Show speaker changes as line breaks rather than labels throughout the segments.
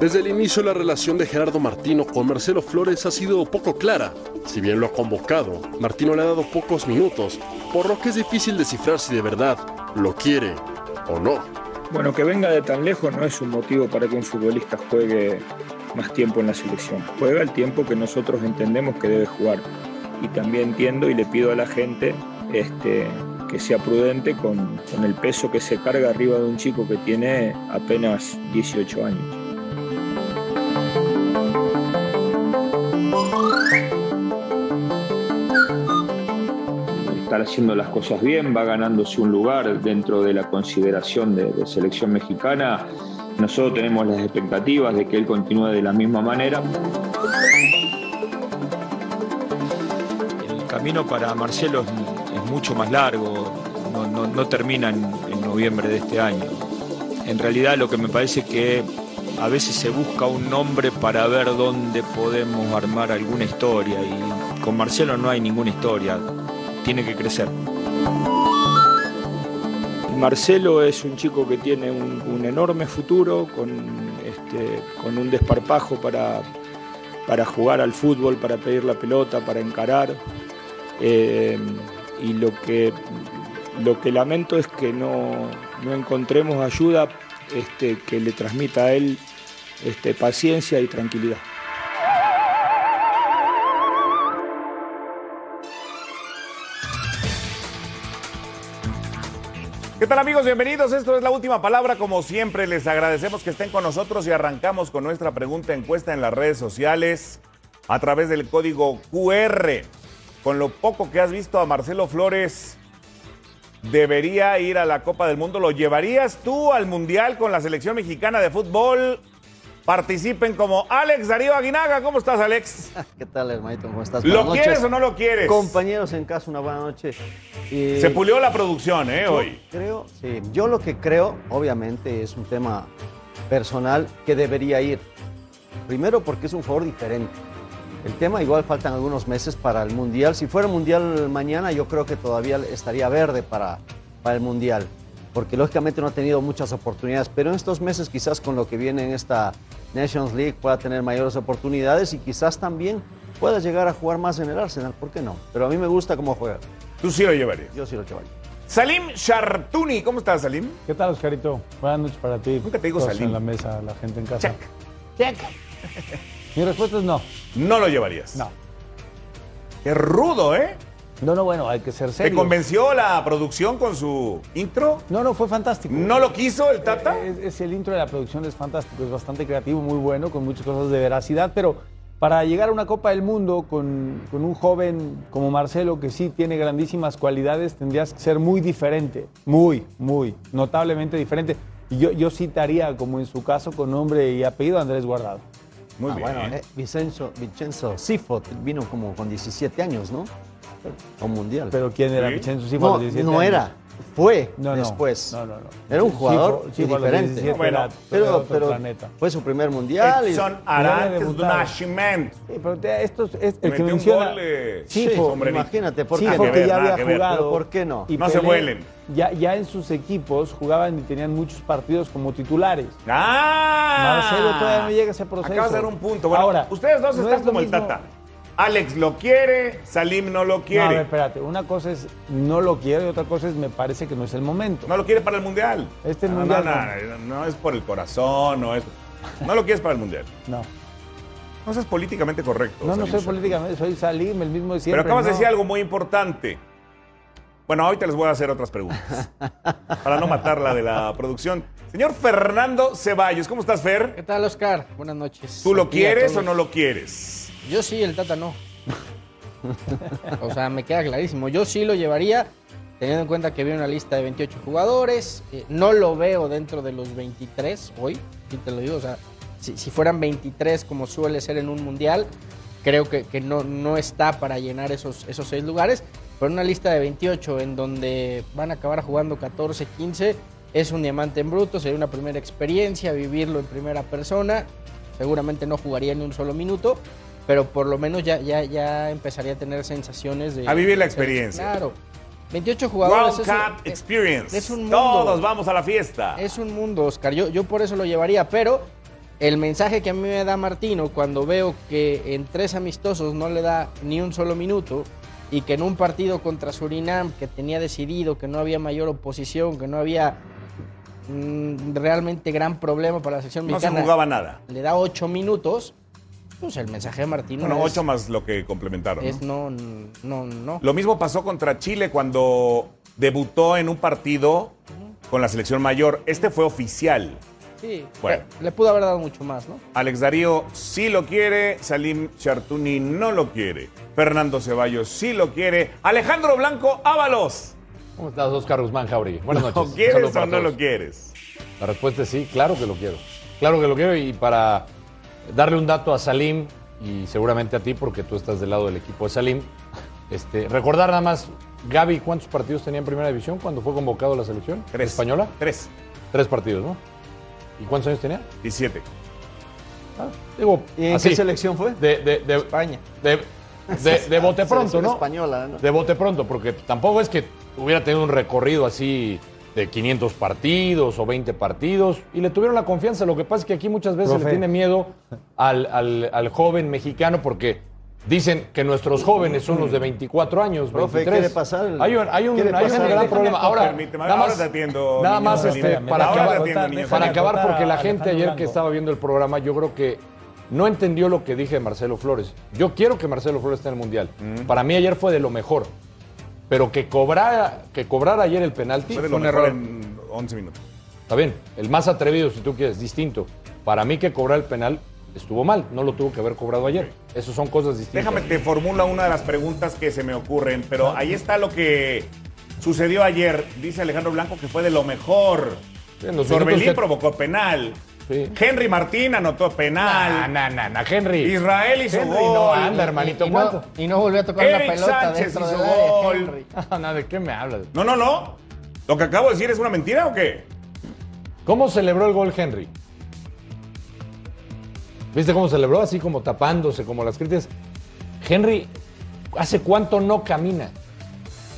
Desde el inicio la relación de Gerardo Martino con Marcelo Flores ha sido poco clara. Si bien lo ha convocado, Martino le ha dado pocos minutos, por lo que es difícil descifrar si de verdad lo quiere o no.
Bueno, que venga de tan lejos no es un motivo para que un futbolista juegue más tiempo en la selección. Juega el tiempo que nosotros entendemos que debe jugar. Y también entiendo y le pido a la gente este, que sea prudente con, con el peso que se carga arriba de un chico que tiene apenas 18 años. haciendo las cosas bien, va ganándose un lugar dentro de la consideración de, de, selección mexicana. Nosotros tenemos las expectativas de que él continúe de la misma manera.
El camino para Marcelo es, es mucho más largo, no, no, no termina en, en, noviembre de este año. En realidad lo que me parece que a veces se busca un nombre para ver dónde podemos armar alguna historia y con Marcelo no hay ninguna historia tiene que crecer. Marcelo es un chico que tiene un, un enorme futuro, con, este, con un desparpajo para, para, jugar al fútbol, para pedir la pelota, para encarar. Eh, y lo que, lo que lamento es que no, no encontremos ayuda este, que le transmita a él este, paciencia y tranquilidad.
¿Qué tal amigos? Bienvenidos. Esto es la última palabra. Como siempre, les agradecemos que estén con nosotros y arrancamos con nuestra pregunta encuesta en las redes sociales a través del código QR. Con lo poco que has visto a Marcelo Flores, ¿debería ir a la Copa del Mundo? ¿Lo llevarías tú al Mundial con la selección mexicana de fútbol? Participen como Alex Darío Aguinaga. ¿Cómo estás, Alex?
¿Qué tal, hermanito? ¿Cómo estás?
¿Lo quieres o no lo quieres?
Compañeros en casa, una buena noche.
Y Se pulió la producción, ¿eh?
yo
Hoy.
Creo, sí. Yo lo que creo, obviamente, es un tema personal que debería ir. Primero, porque es un jugador diferente. El tema, igual faltan algunos meses para el Mundial. Si fuera Mundial mañana, yo creo que todavía estaría verde para, para el Mundial porque lógicamente no ha tenido muchas oportunidades, pero en estos meses quizás con lo que viene en esta Nations League pueda tener mayores oportunidades y quizás también pueda llegar a jugar más en el Arsenal, ¿por qué no? Pero a mí me gusta cómo juega.
¿Tú sí lo llevarías?
Yo sí lo llevaría.
Salim Shartuni, ¿cómo estás, Salim?
¿Qué tal, Oscarito? Buenas noches para ti.
Nunca te digo Todos Salim.
en la mesa, la gente en casa.
Check. Check.
Mi respuesta es no.
No lo llevarías.
No.
Qué rudo, ¿eh?
No, no, bueno, hay que ser serio.
¿Te convenció la producción con su intro?
No, no, fue fantástico.
¿No lo quiso el Tata?
Es, es, el intro de la producción es fantástico, es bastante creativo, muy bueno, con muchas cosas de veracidad, pero para llegar a una Copa del Mundo con, con un joven como Marcelo, que sí tiene grandísimas cualidades, tendrías que ser muy diferente, muy, muy, notablemente diferente. Yo, yo citaría, como en su caso, con nombre y apellido, Andrés Guardado.
Muy ah, bien. Bueno, eh, Vicenzo, Vicenzo Sifot vino como con 17 años, ¿no? o mundial.
¿Pero quién era? Vicenzo
Cifo no, No años. era. Fue no, no, después.
No, no, no.
Era un jugador Cifo, Cifo diferente.
No, bueno, era,
pero, pero, pero fue su primer mundial.
Edson Arantes Nascimento.
Sí, pero te, esto es, es el que menciona.
eh,
Sí, imagínate, por
qué que, que ya había jugado.
¿Por qué no?
Y no Pelé, se vuelen.
Ya, ya en sus equipos jugaban y tenían muchos partidos como titulares.
¡Ah!
Marcelo todavía no llega a ese proceso.
Acabas de dar un punto. Bueno, Ahora, ustedes dos están como el Tata. Alex lo quiere, Salim no lo quiere. No, a ver,
espérate, una cosa es no lo quiere y otra cosa es me parece que no es el momento.
No lo quiere para el Mundial.
Este
no,
Mundial.
No, no, no, es por el corazón, no es. No lo quieres para el Mundial.
No.
No seas políticamente correcto.
No, Salim. no soy políticamente, soy Salim, el mismo de siempre.
Pero acabas de decir algo muy importante. Bueno, ahorita les voy a hacer otras preguntas. para no matarla de la producción. Señor Fernando Ceballos, ¿cómo estás, Fer?
¿Qué tal, Oscar? Buenas noches.
¿Tú lo quieres o no lo quieres?
Yo sí, el Tata no. o sea, me queda clarísimo. Yo sí lo llevaría, teniendo en cuenta que vi una lista de 28 jugadores. Eh, no lo veo dentro de los 23 hoy, y te lo digo. O sea, si, si fueran 23 como suele ser en un mundial, creo que, que, no, no está para llenar esos, esos seis lugares. Pero una lista de 28 en donde van a acabar jugando 14, 15, es un diamante en bruto, sería una primera experiencia, vivirlo en primera persona. Seguramente no jugaría ni un solo minuto, pero por lo menos ya, ya, ya empezaría a tener sensaciones de...
A vivir la experiencia.
Claro. 28 jugadores.
World Cup es, Experience. Es un mundo. Todos vamos a la fiesta.
Es un mundo, Oscar. Yo, yo por eso lo llevaría, pero El mensaje que a mí me da Martino cuando veo que en tres amistosos no le da ni un solo minuto y que en un partido contra Surinam que tenía decidido que no había mayor oposición, que no había mm, realmente gran problema para la selección
No se
mexicana.
jugaba nada.
Le da ocho minutos, pues el mensaje de Martino
Bueno,
es,
ocho más lo que complementaron. ¿no?
es no, no, no.
Lo mismo pasó contra Chile cuando debutó en un partido con la selección mayor. Este fue oficial.
Sí,
Bueno.
le, le pudo haber dado mucho más, ¿no?
Alex Darío sí lo quiere, Salim Chartuni no lo quiere, Fernando Ceballos sí lo quiere, Alejandro Blanco Ábalos.
¿Cómo estás, Oscar Guzmán Jauregui? Buenas noches.
¿Lo
Un saludo
quieres
para
o no
todos.
lo quieres?
La respuesta es sí, claro que lo quiero. Claro que lo quiero y para darle un dato a Salim y seguramente a ti porque tú estás del lado del equipo de Salim, este, recordar nada más, Gaby, ¿cuántos partidos tenía en Primera División cuando fue convocado a la selección
Tres.
española?
Tres.
Tres partidos, ¿no? ¿Y cuántos años tenía?
17.
Ah, digo,
¿Y en
así,
qué selección fue?
pues, de, de, de,
España.
de, de- de bote pronto,
Selección
¿no?
española, ¿no?
De bote pronto, porque tampoco es que hubiera tenido un recorrido así de 500 partidos o 20 partidos y le tuvieron la confianza. Lo que pasa es que aquí muchas veces
Profe.
le tiene miedo al, al- al joven mexicano porque dicen que nuestros jóvenes son los de 24 años,
Profe,
23.
¿qué le pasa al-
Hay un, hay un,
qué le
hay un
pasa al-
gran problema. Ahora,
Permíteme,
nada
ahora
más,
te atiendo,
nada
niño
más
Salim.
este,
Déjame,
para
ahora
acabar,
te atiendo, niño
para
Déjame
acabar,
acotar a
porque la gente
Alejandro
ayer
Blanco.
que estaba viendo el programa, yo creo que no entendió lo que dije de Marcelo Flores. Yo quiero que Marcelo Flores esté en el Mundial. Para mí ayer fue de lo mejor. Pero que cobrara, que cobrara ayer el penalti
Fue de
fue
lo
un
mejor
error.
en 11 minutos.
Está bien, el más atrevido, si tú quieres, distinto. Para mí que cobrar el penal estuvo mal, no lo tuvo que haber cobrado ayer. Eso son cosas distintas.
Déjame, te formula una de las preguntas que se me ocurren, pero ahí está lo que sucedió ayer. Dice Alejandro Blanco que fue de lo mejor.
Sí, en los
Sorbelí
minutos que-
provocó penal.
Sí.
Henry Martín anotó
Nah,
penal.
nah, nah, nah, Henry.
Israel hizo
Henry,
gol.
No, anda,
Y-
hermanito,
y,
¿cuánto?
no, y no volvió a tocar
Eric
la pelota
Sánchez
dentro
hizo
del área,
gol.
Henry.
Ah, nah, ¿de qué me hablas?
No, no, no. ¿Lo que acabo de decir es una mentira o qué?
¿Cómo celebró el gol Henry? ¿Viste cómo celebró? Así como tapándose, como las críticas. Henry, ¿hace cuánto no camina?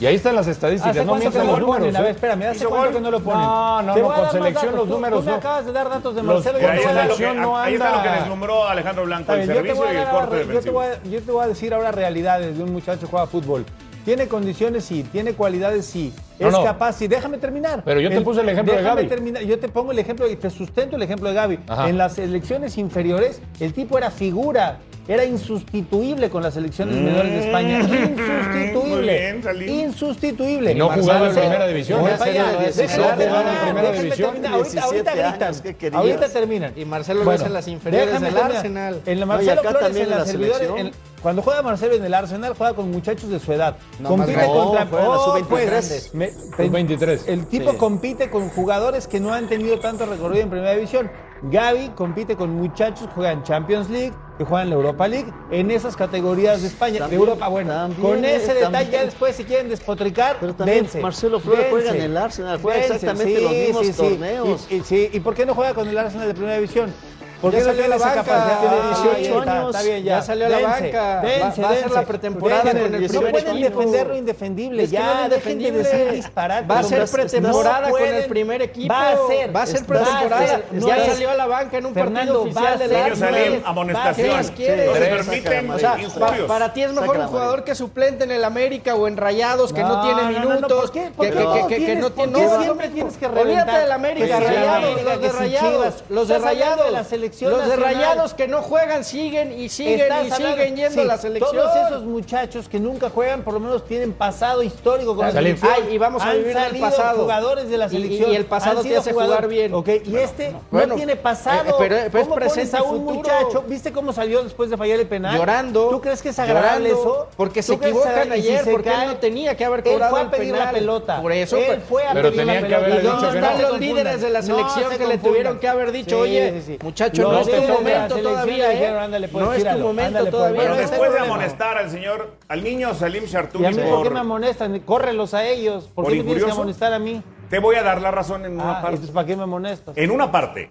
Y ahí están las estadísticas,
¿Hace
no
cuánto que
mientan
no
los
lo ponen?
números.
A
¿eh?
ver, espérame, ¿hace
Hizo
cuánto
gol.
que no lo ponen?
No, no,
Te
no,
voy a
con
dar más
selección
datos.
los
Tú-
números
Tú me
no.
acabas de dar datos de
Los-
Marcelo.
Pero
ahí,
con
está lo que,
selección no
ahí está lo que
anda.
deslumbró Alejandro Blanco,
Está
el
bien, yo te
servicio
voy a
y el
dar
corte
ahora- yo te
defensivo.
voy a- yo te voy a decir ahora realidades de un muchacho que juega fútbol. Tiene condiciones, sí. Tiene cualidades, sí.
No,
es
no.
capaz, sí. Déjame terminar.
Pero yo te puse el ejemplo de
déjame
Gaby.
terminar. Yo te pongo el ejemplo y te sustento el ejemplo de Gaby.
Ajá.
En las elecciones inferiores, el tipo era figura. Era insustituible con las elecciones
Mm.
menores de España.
muy
Insustituible.
bien, Salim.
insustituible.
Y no
Marcelo
jugaba en
Flores.
primera división,
Voy
¿eh?
para allá.
No jugaba en
Déjala terminar,
primera
déjame
división.
terminar. Ahorita, ahorita
17 años,
gritan.
¿qué querías?
ahorita terminan.
Y Marcelo lo hace en las inferiores
déjame
del
terminar.
Arsenal.
En la
No, y
Marcelo
acá
Flores,
también
en
en
las
la
servidores,
selección.
en- cuando juega Marcelo en el Arsenal, juega con muchachos de su edad.
No,
compite
más grande.
contra.
No, juega en la
Oh,
sub-23.
pues, me-
Los 23.
El tipo
Sí.
compite con jugadores que no han tenido tanto recorrido en primera división. Gaby compite con muchachos que juegan Champions League, que juegan la Europa League, en esas categorías de España,
También,
de Europa. Bueno,
también,
con ese detalle,
también.
ya después, si quieren despotricar,
Pero también
dense,
Marcelo Flores juega en el Arsenal, juega exactamente los mismos torneos.
Y, y- sí, ¿y por qué no juega con el Arsenal de primera división? ¿Por
Ya
qué no
salió a
tiene
la
esa
banca,
capacidad?
tiene
Ah,
18
bien, está-
años.
está bien, ya.
Ya salió a la banca. Va-
dense,
va a ser
dense.
la pretemporada
Dense,
con el
No
primer
pueden
equipo.
defender lo indefendible,
Es que no
ya, dejen
es
de
defendible.
decir disparates.
Va a ser
Estás-
pretemporada
no
con el
pueden.
primer equipo.
Va a ser.
Va a ser
Estás-
pretemporada.
va a ser.
Ya
estás-
salió a la banca en un
Fernando,
partido
va a
oficial de la
ser.
Ellos salen
Vas-
amonestación. No
vas- ¿qué más
se
quieres?
permiten
O sea, pa-
injurios.
Para ti es
Saca
mejor
la
un jugador
amarilla.
que suplente en el América o en Rayados, que no,
No,
tiene
no, no, no, ¿por
minutos,
qué? ¿Por
que,
qué
que-
no
que- que
tienes-
no
por
tiene
qué
no va-
siempre tienes que
Olvídate
reventar?
del América,
Que si
Rayados,
América,
los de
que si
Rayados,
Chivas.
los de
Estás hablando
Rayados,
de la selección
los de
nacional.
Rayados que no juegan siguen y siguen
Estás
y
hablando-
siguen yendo a
sí,
la selección.
Todos esos muchachos que nunca juegan, por lo menos tienen pasado histórico con la
Salim.
selección.
Ay, y vamos a
Han
vivir del
salido
pasado.
jugadores de la
Y- y-
selección.
y el pasado
Han
te
sido
hace jugar
jugador-
bien.
Ok, y este
Bueno,
no tiene pasado.
eh, pero- pero es
¿Cómo pones
presente
a
y
un
futuro.
muchacho? ¿Viste cómo salió después de fallar el penal?
Llorando.
¿Tú crees que es agradable
llorando,
eso?
Porque se
¿Tú crees que es
equivocan
agradable? Y si
ayer,
se
porque
cae-
él no tenía que haber
Él
cobrado
fue a
el
pedir
penal.
la pelota.
Por eso,
Él
pero-
fue a
Pero
pedir la
tenían que
pelota.
haberle
No, no
dicho que
se
no.
están los
confundan.
líderes de la
No
selección
se
que le
confundan.
tuvieron que haber dicho,
Sí,
oye,
sí, sí.
muchacho,
Los
no es tu
líderes de la
momento
selección
todavía,
le
¿eh?
dijeron, "Ándale, pues,
no es tu
tíralo,
momento
ándale, pues,
todavía.
Pero
no hay
después de
problema.
amonestar al señor, al niño Salim
¿Y a
Chartuni
mí por qué me
por...
amonestan? Córrelos a ellos.
¿Por
¿Por qué me tienes que
injurioso?
amonestar a mí?
Te voy a dar la razón en una
Ah,
parte.
entonces, ¿para qué me amonestas?
En una parte,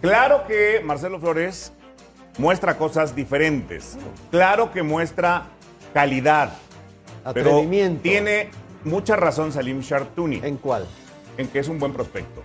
claro que Marcelo Flores muestra cosas diferentes. Claro que muestra calidad. Pero
Atrevimiento.
tiene mucha razón Salim Shartuni en,
¿En cuál?
que es un buen prospecto.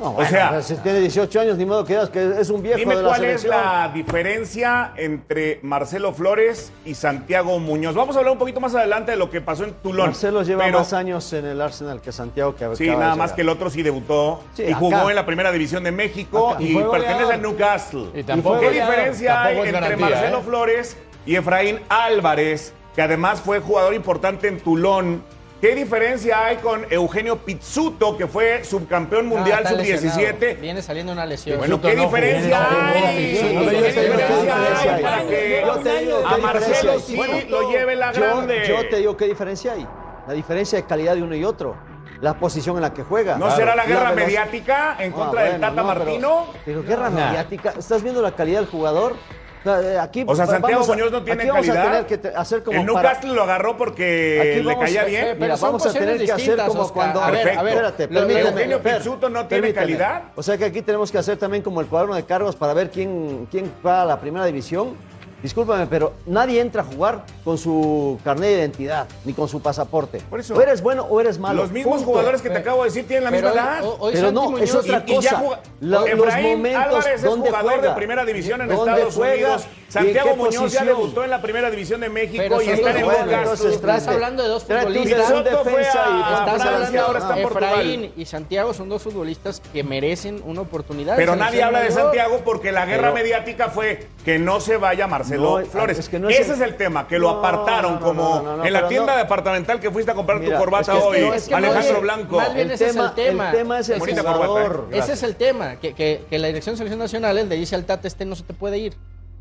No,
o
bueno,
sea,
pues, si tiene 18 años, ni modo que digas que es un viejo
Dime
de la
cuál es
selección.
la diferencia entre Marcelo Flores y Santiago Muñoz. Vamos a hablar un poquito más adelante de lo que pasó en Tulón.
Marcelo lleva
pero-
más años en el Arsenal que Santiago que
Sí, nada más que el otro sí debutó
Sí,
y jugó
acá.
en la Primera División de México
Acá.
y,
Y fue
pertenece
goleador.
al Newcastle.
Y tampoco-
¿Qué
fue goleador.
diferencia hay
Tampoco es
entre
garantía,
Marcelo
¿eh?
Flores y Efraín Álvarez, que además fue jugador importante en Tulón? ¿Qué diferencia hay con Eugenio Pizzuto, que fue subcampeón mundial
Ah, está lesionado.
sub-17?
Viene saliendo una lesión.
Bueno,
Pizzuto
¿qué
no jugó,
diferencia
no jugó,
hay?
Pizzuto.
¿Qué
Yo te digo qué
diferencia
diferencia
hay
hay.
para que
Yo te digo
a
qué diferencia
Marcelo
hay.
sí
Bueno,
lo lleve la
Yo,
grande?
yo te digo qué diferencia hay. La diferencia de calidad de uno y otro. La posición en la que juega.
¿No será la guerra
velocidad.
mediática en
Ah,
contra del
bueno,
Tata
no, pero-
Martino?
Pero, guerra
Nah.
mediática. ¿Estás viendo la calidad del jugador? O sea, eh, Aquí,
O sea,
va-
Santiago
vamos a-
Muñoz no tiene
aquí vamos
calidad.
a tener que te- hacer como
el
para-
Newcastle lo agarró porque
Aquí
le
vamos
caía
a-
bien.
eh, pero
Mira,
son
vamos a tener que
posiciones
hacer
distintas,
como
Oscar.
cuando.
A ver,
a ver,
espérate,
lo-
permíteme.
Eugenio
Fer,
Pizzuto no tiene calidad.
O sea que aquí tenemos que hacer también como el cuaderno de cargos para ver quién, quién va a la primera división. Discúlpame, pero nadie entra a jugar con su carnet de identidad ni con su pasaporte.
Por eso.
o eres bueno o eres malo.
Los mismos
punto.
jugadores que te acabo de decir tienen la
Pero
misma
hoy-
edad.
hoy- hoy
Pero
Santi
no,
Muñoz-
es otra
y- y ya
cosa.
juega-
La- los
Efraín
momentos
Álvarez es
donde
jugador
juega,
de primera división en
dónde
Estados
juega,
Unidos.
y en
Santiago
qué
Muñoz
posición.
ya debutó en la primera división de México
Pero
y
son
está en
dos
el
jugadores,
Newcastle.
entonces,
tráete-
Estás hablando de dos
tráete un
futbolistas.
central
Pizzuto fue
defensa y-
a
estás
Estás
Francia,
hablando-
ahora está en Portugal.
Efraín y Santiago son dos futbolistas que merecen una oportunidad.
Pero
en
nadie
selección
habla de
mayor.
Santiago porque la guerra
Pero-
mediática fue que no se vaya Marcelo
No,
Flores.
es que no es
Ese
el-
es el tema, que lo
No,
apartaron
no, no,
como
no, no, no,
en la
pero
tienda
no.
departamental que fuiste a comprar
Mira,
tu corbata
es que-
hoy,
no, es que
Alejandro
nadie-
Blanco.
más bien
El
ese es
tema,
el tema.
el tema es el
Bonita corbata,
jugador.
¿eh?
Ese es el tema, que, que- que la Dirección de Selección Nacional le dice al Tata, este no se te puede ir.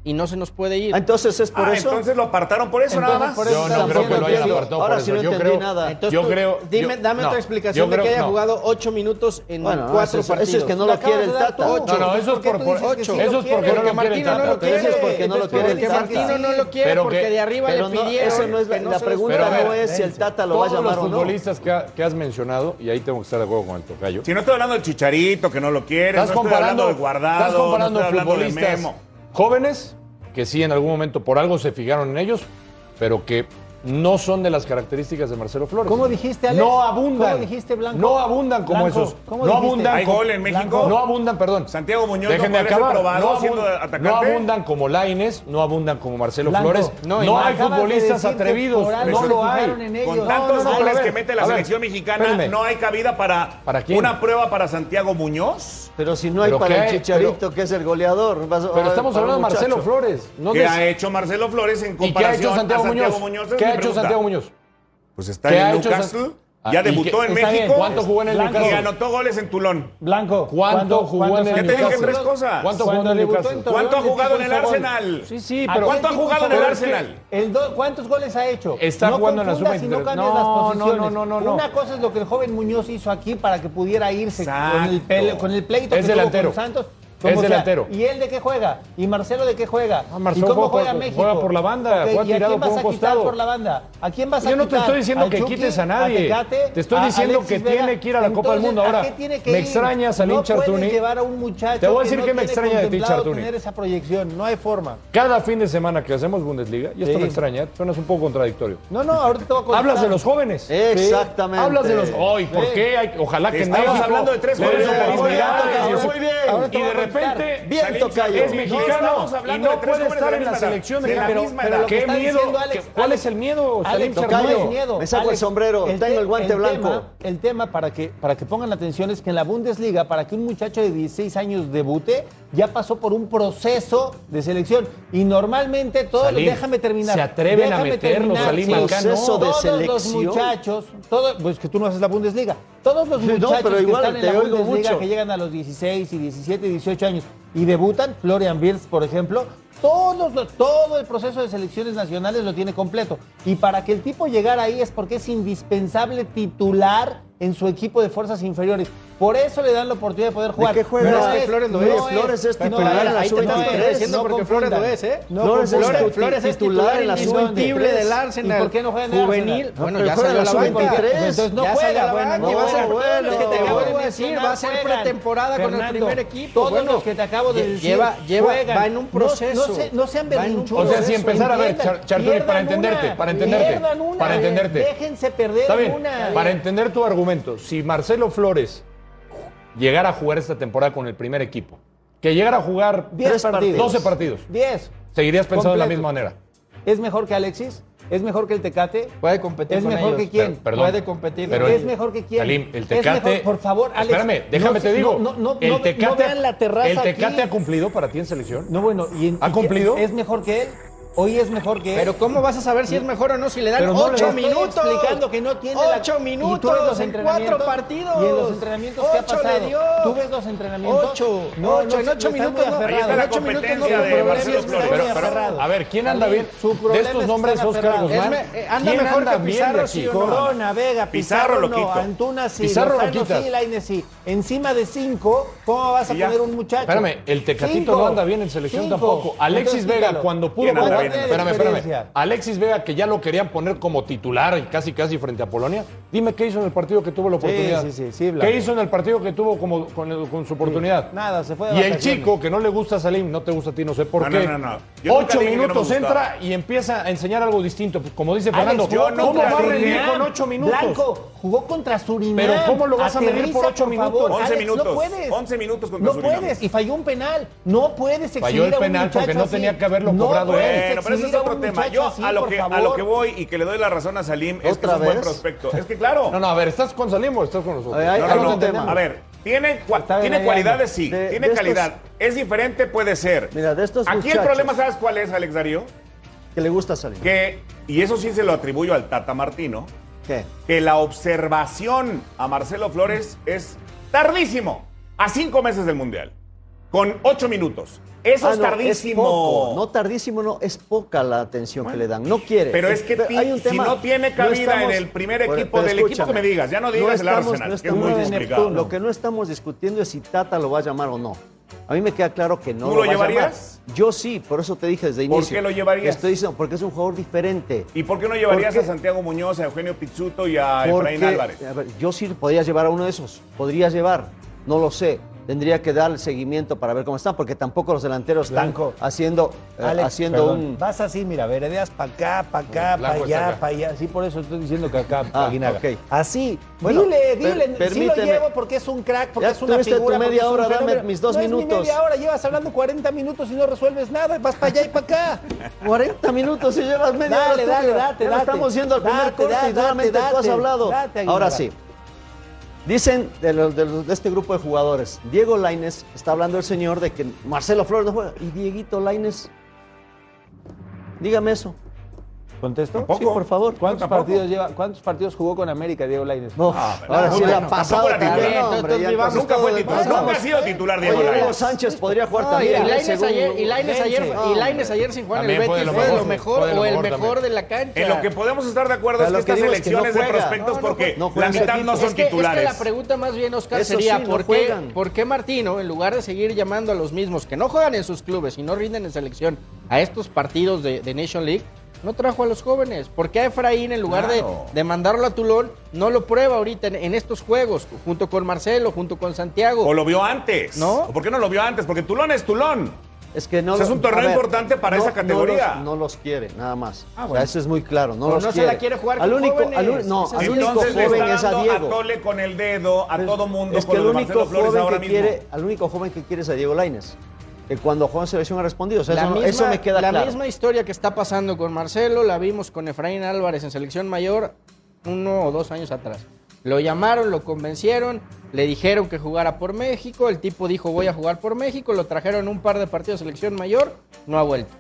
Y no se nos puede ir.
Ah, entonces es por
Ah,
eso.
entonces lo apartaron por eso nada más.
por eso
Yo no
estamos
creo que lo hayan
viendo.
apartado
Ahora
por
sí
eso.
no
Yo
entendí
creo-
nada.
Entonces
yo
tú
creo-
Dime,
yo-
dame
no,
otra
yo
explicación de
creo-
que haya
no.
jugado ocho minutos en
Bueno, no,
cuatro
eso es-
partidos.
eso es que no lo quiere el Tata.
No, no, eso es
¿Por qué
por,
tú dices
por-
que sí
eso
lo quiere?
es porque no lo quiere el
Martino no
Tata.
lo quiere.
Eso es porque no lo quiere
Porque
el Tata.
Martino no lo quiere
Pero
porque
que-
de arriba
Pero
le
no,
pidieron.
eso no es la,
que
la
se los-
pregunta.
Pero a ver,
no es si el Tata lo va a
Todos los
llamar o no.
futbolistas que, ha- que has mencionado, y ahí tengo que estar de acuerdo con el tocayo.
Si no estoy hablando del Chicharito, que no lo quiere, no
Estás
estoy hablando
comparando,
del Guardado,
estás comparando
no estoy hablando de
futbolistas
Memo.
jóvenes que sí en algún momento por algo se fijaron en ellos, pero que no son de las características de Marcelo Flores.
¿Cómo dijiste, Alex?
No abundan.
¿Cómo dijiste, Blanco?
No abundan como
Blanco,
esos.
¿cómo
no
dijiste?
abundan.
¿Hay
como-
gol en México?
Blanco, No abundan, perdón.
Santiago Muñoz
Déjenme
no podría ser
acabar.
probado
no,
siendo
abun-
atacante.
no abundan como Laines, no abundan como Marcelo
Blanco.
Flores.
No,
No,
y
hay
acabas de
futbolistas
decir que
atrevidos.
por algo
No
se
lo hay.
fijaron en ellos.
Con
No,
tantos
no, no,
goles
a ver,
que mete la
a ver,
selección mexicana,
espérenme.
¿no hay cabida para,
¿Para quién?
una prueba para Santiago Muñoz?
Pero si no hay
Pero
para
que
el
hay-
Chicharito,
pero-
que es el goleador. vas a-
Pero
ay,
estamos
para un
hablando de Marcelo
muchacho.
Flores. No
¿Qué
de-
ha hecho Marcelo Flores en
¿Y qué ha
comparación
hecho Santiago
a Santiago
Muñoz?
Muñoz? Es
¿Qué
mi
ha hecho
pregunta.
Santiago Muñoz?
Pues está
¿Qué
en
ha
el
hecho
Newcastle,
San- Ah,
ya
¿y qué-
debutó en
está bien,
México.
¿Cuánto jugó en el
Blanco.
Y
Newcastle?
anotó goles en Tulón.
Blanco.
¿Cuánto
cuando-
jugó
cuando
en el
salió-
Ya te dije
Newcastle?
tres cosas.
¿Cuánto jugó en
Cuando
el
debutó
Newcastle?
en Torreón,
¿Cuánto ha
le
jugado
puso
en el
este
ese gol.
Arsenal?
Sí, sí,
¿A
pero.
Ah, cuánto ha jugado en el
Pero es que
Arsenal?
el do- ¿Cuántos goles ha hecho?
Está jugando en la
confundas y
sub-23.
No, cambies
No,
las
no,
posiciones.
no, no, no, no.
Una cosa es lo que el joven Muñoz hizo aquí para que pudiera irse con el,
Exacto.
pele- con el pleito
Es
que tuvo
delantero.
con Santos.
Es
sea,
delantero.
¿Y él de qué juega? ¿Y Marcelo de qué juega?
Ah, Marcelo
¿Y cómo
juega por-
juega, México?
juega por la banda,
Ok,
juega
¿Y a
tirado
quién
por
vas
un
a quitar
costado.
por la banda? ¿A quién vas a
Yo no te
quitar?
estoy diciendo
¿Al
que
Chucky?
quites a nadie.
Tecate?
Te estoy
¿A
diciendo
Alexis
que tiene que ir a la Copa del Mundo.
¿a
Ahora,
qué tiene
me
ir?
extrañas a
no
Lin Chartuni.
puedes llevar a un muchacho
Te voy a
que
decir
no
que me
tiene
extraña de ti,
contemplado
Chartuni.
tener esa proyección, no hay forma.
Cada fin de semana que hacemos Bundesliga, y esto
Sí.
me extraña, ¿eh? suenas un poco contradictorio.
No, no, ahorita te voy a contestar.
Hablas de los jóvenes.
Exactamente.
Hablas de los. ¡Ay, por
Sí.
qué! hay- Ojalá que
Estamos
México
hablando de tres
le des
jóvenes.
oportunidades.
Muy bien,
muy bien.
Ahora te
Y
voy
de
a contar.
repente
Bien,
Salim
tocayo.
Salim
es
No,
mexicano
estamos hablando
y
de
no
tres
puede
jóvenes de
estar en
misma
la
edad.
selección
De
mexicana.
la
Pero-
misma
pero
edad.
lo que
Qué
está
miedo.
diciendo Alex, ¿Cuál es el miedo, Salim
tocayo.
Chartuni?
Tocayo. me saco el sombrero, tengo el guante blanco.
tema- el tema para que, para que pongan atención es que en la Bundesliga, para que un muchacho de 16 años debute, ya pasó por un proceso de selección. Y normalmente todos,
Salim,
déjame terminar.
se atreven a
déjame
meterlos,
terminar,
Salim,
sí.
acá no.
Proceso de
Todos los
selección.
muchachos, todo, pues que tú no haces la Bundesliga. Todos los
Sí, no,
muchachos
pero
que
igual
están en
te
la
oigo
Bundesliga
mucho.
que llegan a los 16 y 17 y 18 años y debutan, Florian Birz, por ejemplo, todos los- todo el proceso de selecciones nacionales lo tiene completo. Y para que el tipo llegara ahí es porque es indispensable titular en su equipo de fuerzas inferiores. Por eso le dan la oportunidad de poder jugar.
qué juega?
No
Pero es que
es-
Flores lo
no
es. Flores es titular en la
ahí te estoy
sub-23,
diciendo
no
porque Flores lo
confundan.
es, ¿eh? No
Flores es
confundan.
tu- titular en la
indiscutible
sub-23.
del
¿Y
Arsenal.
por qué no juega en el
Juvenil.
Arsenal?
Bueno,
No,
ya
pero
salió a
juega
la
en la
banca.
sub-23.
Entonces no
Ya
juega
salió a
la
la
banca.
banca.
y va a ser-
No, bueno.
Es que te acabo de
Juegan,
decir, va a ser
juegan.
pretemporada con el
Fernando,
primer equipo.
todos
bueno,
los que te acabo de
lle-
decir
Lleva, lleva,
juegan.
va en un
No-
proceso.
no se- no sean
Va en un
berrinchudos.
O sea, si
Eso,
empezar a ver,
entiendan,
Char- Chartuni, para
pierdan
entenderte,
una,
para entenderte,
pierdan una,
para entenderte.
Déjense perder
Está bien,
una.
para entender tu argumento, si Marcelo Flores llegar a jugar esta temporada con el primer equipo. Que llegara a jugar
10 partidos.
12 partidos.
10.
¿Seguirías pensando de la
Completo.
misma manera?
¿Es mejor que Alexis? ¿Es mejor que el Tecate?
Puede competir
¿Es
con
mejor
ellos.
que quién?
Per- perdón.
Puede competir
Pero
con
¿Es
el-
ellos.
mejor que quién?
Salim, el
¿Es
Tecate.
mejor? por favor, Alex.
Espérame, déjame
no
te
se-
digo.
No, no, no,
el
no- no
Tecate,
vean la terraza.
¿El Tecate
aquí.
ha cumplido para ti en selección?
No, bueno, y, en-
¿Ha
y-
cumplido?
¿Es mejor que él? ¿Hoy es mejor que él?
Pero ¿cómo vas a saber si es mejor o no si le dan
Pero no le
ocho
estoy
minutos?
explicando que no tiene la- Y tú
ocho
ves
minutos
los
en
entrenamientos,
cuatro partidos.
Y en los entrenamientos ¿qué ha
Ocho le
pasado?
dio.
Tú ves los entrenamientos.
Ocho.
No,
Ocho,
no,
en ocho
no,
minutos no.
Ahí está
Está
la
muy
Ocho minutos no,
competencia
pero
de
aferrado.
Marcelo
problemas,
Está muy
Flores.
Pero- pero,
aferrado.
a ver, ¿quién anda
Salim,
bien?
su
De
problema
estos
es que
nombres,
están
Óscar
aferrados.
Guzmán.
Es me- eh, anda
¿Quién
mejor
anda
que
bien de
Pizarro,
aquí?
sí o no?
Corona, Vega,
Pizarro
Pizarro,
lo
no,
quito.
Antuna sí,
Pizarro lo
Lozano
quitas.
sí, Lainez sí. Encima de cinco, ¿cómo vas a
Y ya.
poner un muchacho?
Espérame, el Tecatito
Cinco.
no anda bien en selección
Cinco.
tampoco. Alexis
Entonces,
Vega,
quítalo.
cuando pudo
¿Quién anda bien
jugar-
en
espérame, espérame.
experiencia?
Alexis Vega, que ya lo querían poner como titular y casi casi frente a Polonia, dime qué hizo en el partido que tuvo la oportunidad.
sí, sí, sí, Blanco.
¿Qué hizo en el partido que tuvo como, con, el- con su oportunidad?
Nada, se fue de
Y el
vacaciones.
chico que no le gusta salir, no te gusta a ti, no sé por
No,
qué.
no, no, no. Yo nunca
Ocho
dije que no me
minutos
gustaba.
entra y empieza a enseñar algo distinto. Pues, Como dice Fernando,
jugó
¿cómo
nunca
va a
dije-
rendir
Surinam.
con ocho minutos?
Blanco jugó contra Surinam.
Pero ¿cómo lo vas a medir
Aterriza,
por ocho
favor.
minutos?
Once
Alex,
minutos.
No puedes.
Once minutos contra
No
Surinam.
puedes. Y falló un penal. No puedes exigir
Falló el
a un
penal
muchacho
porque no
así.
tenía que haberlo
No
cobrado él.
puedes
Bueno, pero ese es
exigir a
otro
un
tema.
muchacho
Yo
así,
a, lo
por
que, a lo
favor.
que voy y que le doy la razón a Salim es que es
¿Otra
un buen
vez?
prospecto. Es que claro.
No, no, a ver, ¿estás con Salim o estás con nosotros?
Ay, ay,
No,
ay,
no,
no
no.
entendemos.
A ver, tiene, cua-
Está
tiene
delegando.
cualidades, sí.
De-
tiene
de estos-
calidad. Es diferente, puede ser.
Mira, de estos
Aquí el
muchachos-
problema, ¿sabes cuál es, Alex Darío?
Que le gusta salir.
Que, y eso sí se lo atribuyo al Tata Martino,
¿Qué?
que la observación a Marcelo Flores es tardísimo, a cinco meses del Mundial, con ocho minutos. Eso
Ah,
es
no,
tardísimo.
poco. No tardísimo, no, es poca la atención que le dan. No quiere.
Pero es que ti- si no tiene cabida en el primer equipo del equipo que me digas, ya no digas el Arsenal, que es muy
de
complicado.
Neptuno. Lo que no estamos discutiendo es si Tata lo va a llamar o no. A mí me queda claro que no.
¿Tú lo
va a llamar.
llevarías?
Yo sí, por eso te dije desde
¿Por
inicio.
qué lo llevarías?
Estoy diciendo, porque es un jugador diferente.
¿Y por qué no llevarías
¿Por
a
qué?
Santiago Muñoz, a Eugenio Pizzuto y a Efraín
Porque,
Álvarez?
a ver, yo sí podría llevar a uno de esos. Podría llevar. No lo sé. Tendría que dar el seguimiento para ver cómo están, porque tampoco los delanteros están
Blanco.
haciendo, eh,
Alex,
haciendo
perdón.
un.
Vas así, mira, veredeas para acá, para acá, para
Blanco está
allá,
acá.
para allá. Sí, por eso estoy diciendo que acá,
Ah,
Aguinaga.
ok.
Así.
Bueno,
dile,
per-
dile, sí lo
permíteme.
llevo porque es un crack, porque
Ya
es una
tuviste tu
figura. porque
media
es un
hora, dame
fenómeno.
mis dos
No Es
minutos.
mi media hora, llevas hablando 40 minutos y no resuelves nada, vas para allá y para acá.
40 minutos y llevas media
Dale,
hora. tú,
dale,
pero
date,
ya
date.
Estamos yendo al primer
Date,
corte
date,
y solamente
date,
tú has
date.
hablado.
Date, Aguilar.
Ahora sí. Dicen de, los- de los- de este grupo de jugadores, Diego Laines está hablando el señor de que Marcelo Flores no juega. ¿Y Dieguito Laines? Dígame eso.
¿Contesto?
Tampoco.
Sí, por favor.
¿Cuántos
Tampoco.
partidos, lleva, ¿Cuántos partidos jugó con América Diego Lainez?
Uf,
pero
ahora
no,
sí la
bueno,
ha pasado
tampoco era
también.
titular.
hombre,
Entonces,
ya
vivamos
entonces
Nunca fue
pues, todo
titular,
de- Vamos.
nunca ha sido titular
Oye,
Diego
Hugo
Lainez.
Sánchez podría jugar
No, Ah, y
también.
Lainez
según- Oh,
ayer, y Lainez ayer, y Lainez ayer sin jugar en el
También
Betis
fue
fue
de
de
lo
lo
mejor,
mejor
fue de lo
o el
mejor
mejor
también.
de la cancha.
En lo que podemos estar de acuerdo
O sea,
es que
lo
estas
que digo es que no
elecciones de
juega.
prospectos,
No, no,
porque
no
la
juega.
mitad no son
es que, es que
titulares.
la pregunta más bien, Oscar,
Eso
sería
sí, no
¿por, qué,
juegan.
¿por qué Martino, en lugar de seguir llamando a los mismos que no juegan en sus clubes y no rinden en selección a estos partidos de, de Nation League, no trajo a los jóvenes? ¿Por qué a Efraín, en lugar de-
Claro.
de, mandarlo a Tulón, no lo prueba ahorita en, en estos juegos, junto con Marcelo, junto con Santiago?
¿O lo vio antes?
¿No?
¿O ¿Por qué no lo vio antes? Porque Tulón es Tulón.
Es que no
O sea,
lo-
es un torneo
a
importante para esa categoría.
No los, no los quiere, nada más.
Ah,
O sea,
bueno.
eso es muy claro. No
Pero
los
no se
quiere.
la quiere jugar
al
con
único,
jóvenes.
al uni- no,
Ese
al
es el
único
Entonces le
joven
está
es a
dando a
Diego. Pues,
Tole con el dedo, a todo mundo,
Es que
con
el
lo de Marcelo
único
Flores ahora
joven que
mismo.
quiere, al único joven que quiere es a Diego Laines. Que cuando juega en selección ha respondido. O sea,
La
eso, no-
misma-
eso me queda
la
claro.
misma historia que está pasando con Marcelo, la vimos con Efraín Álvarez en selección mayor uno o dos años atrás. Lo llamaron, lo convencieron, le dijeron que jugara por México, el tipo dijo voy a jugar por México, lo trajeron un par de partidos de selección mayor, no ha vuelto.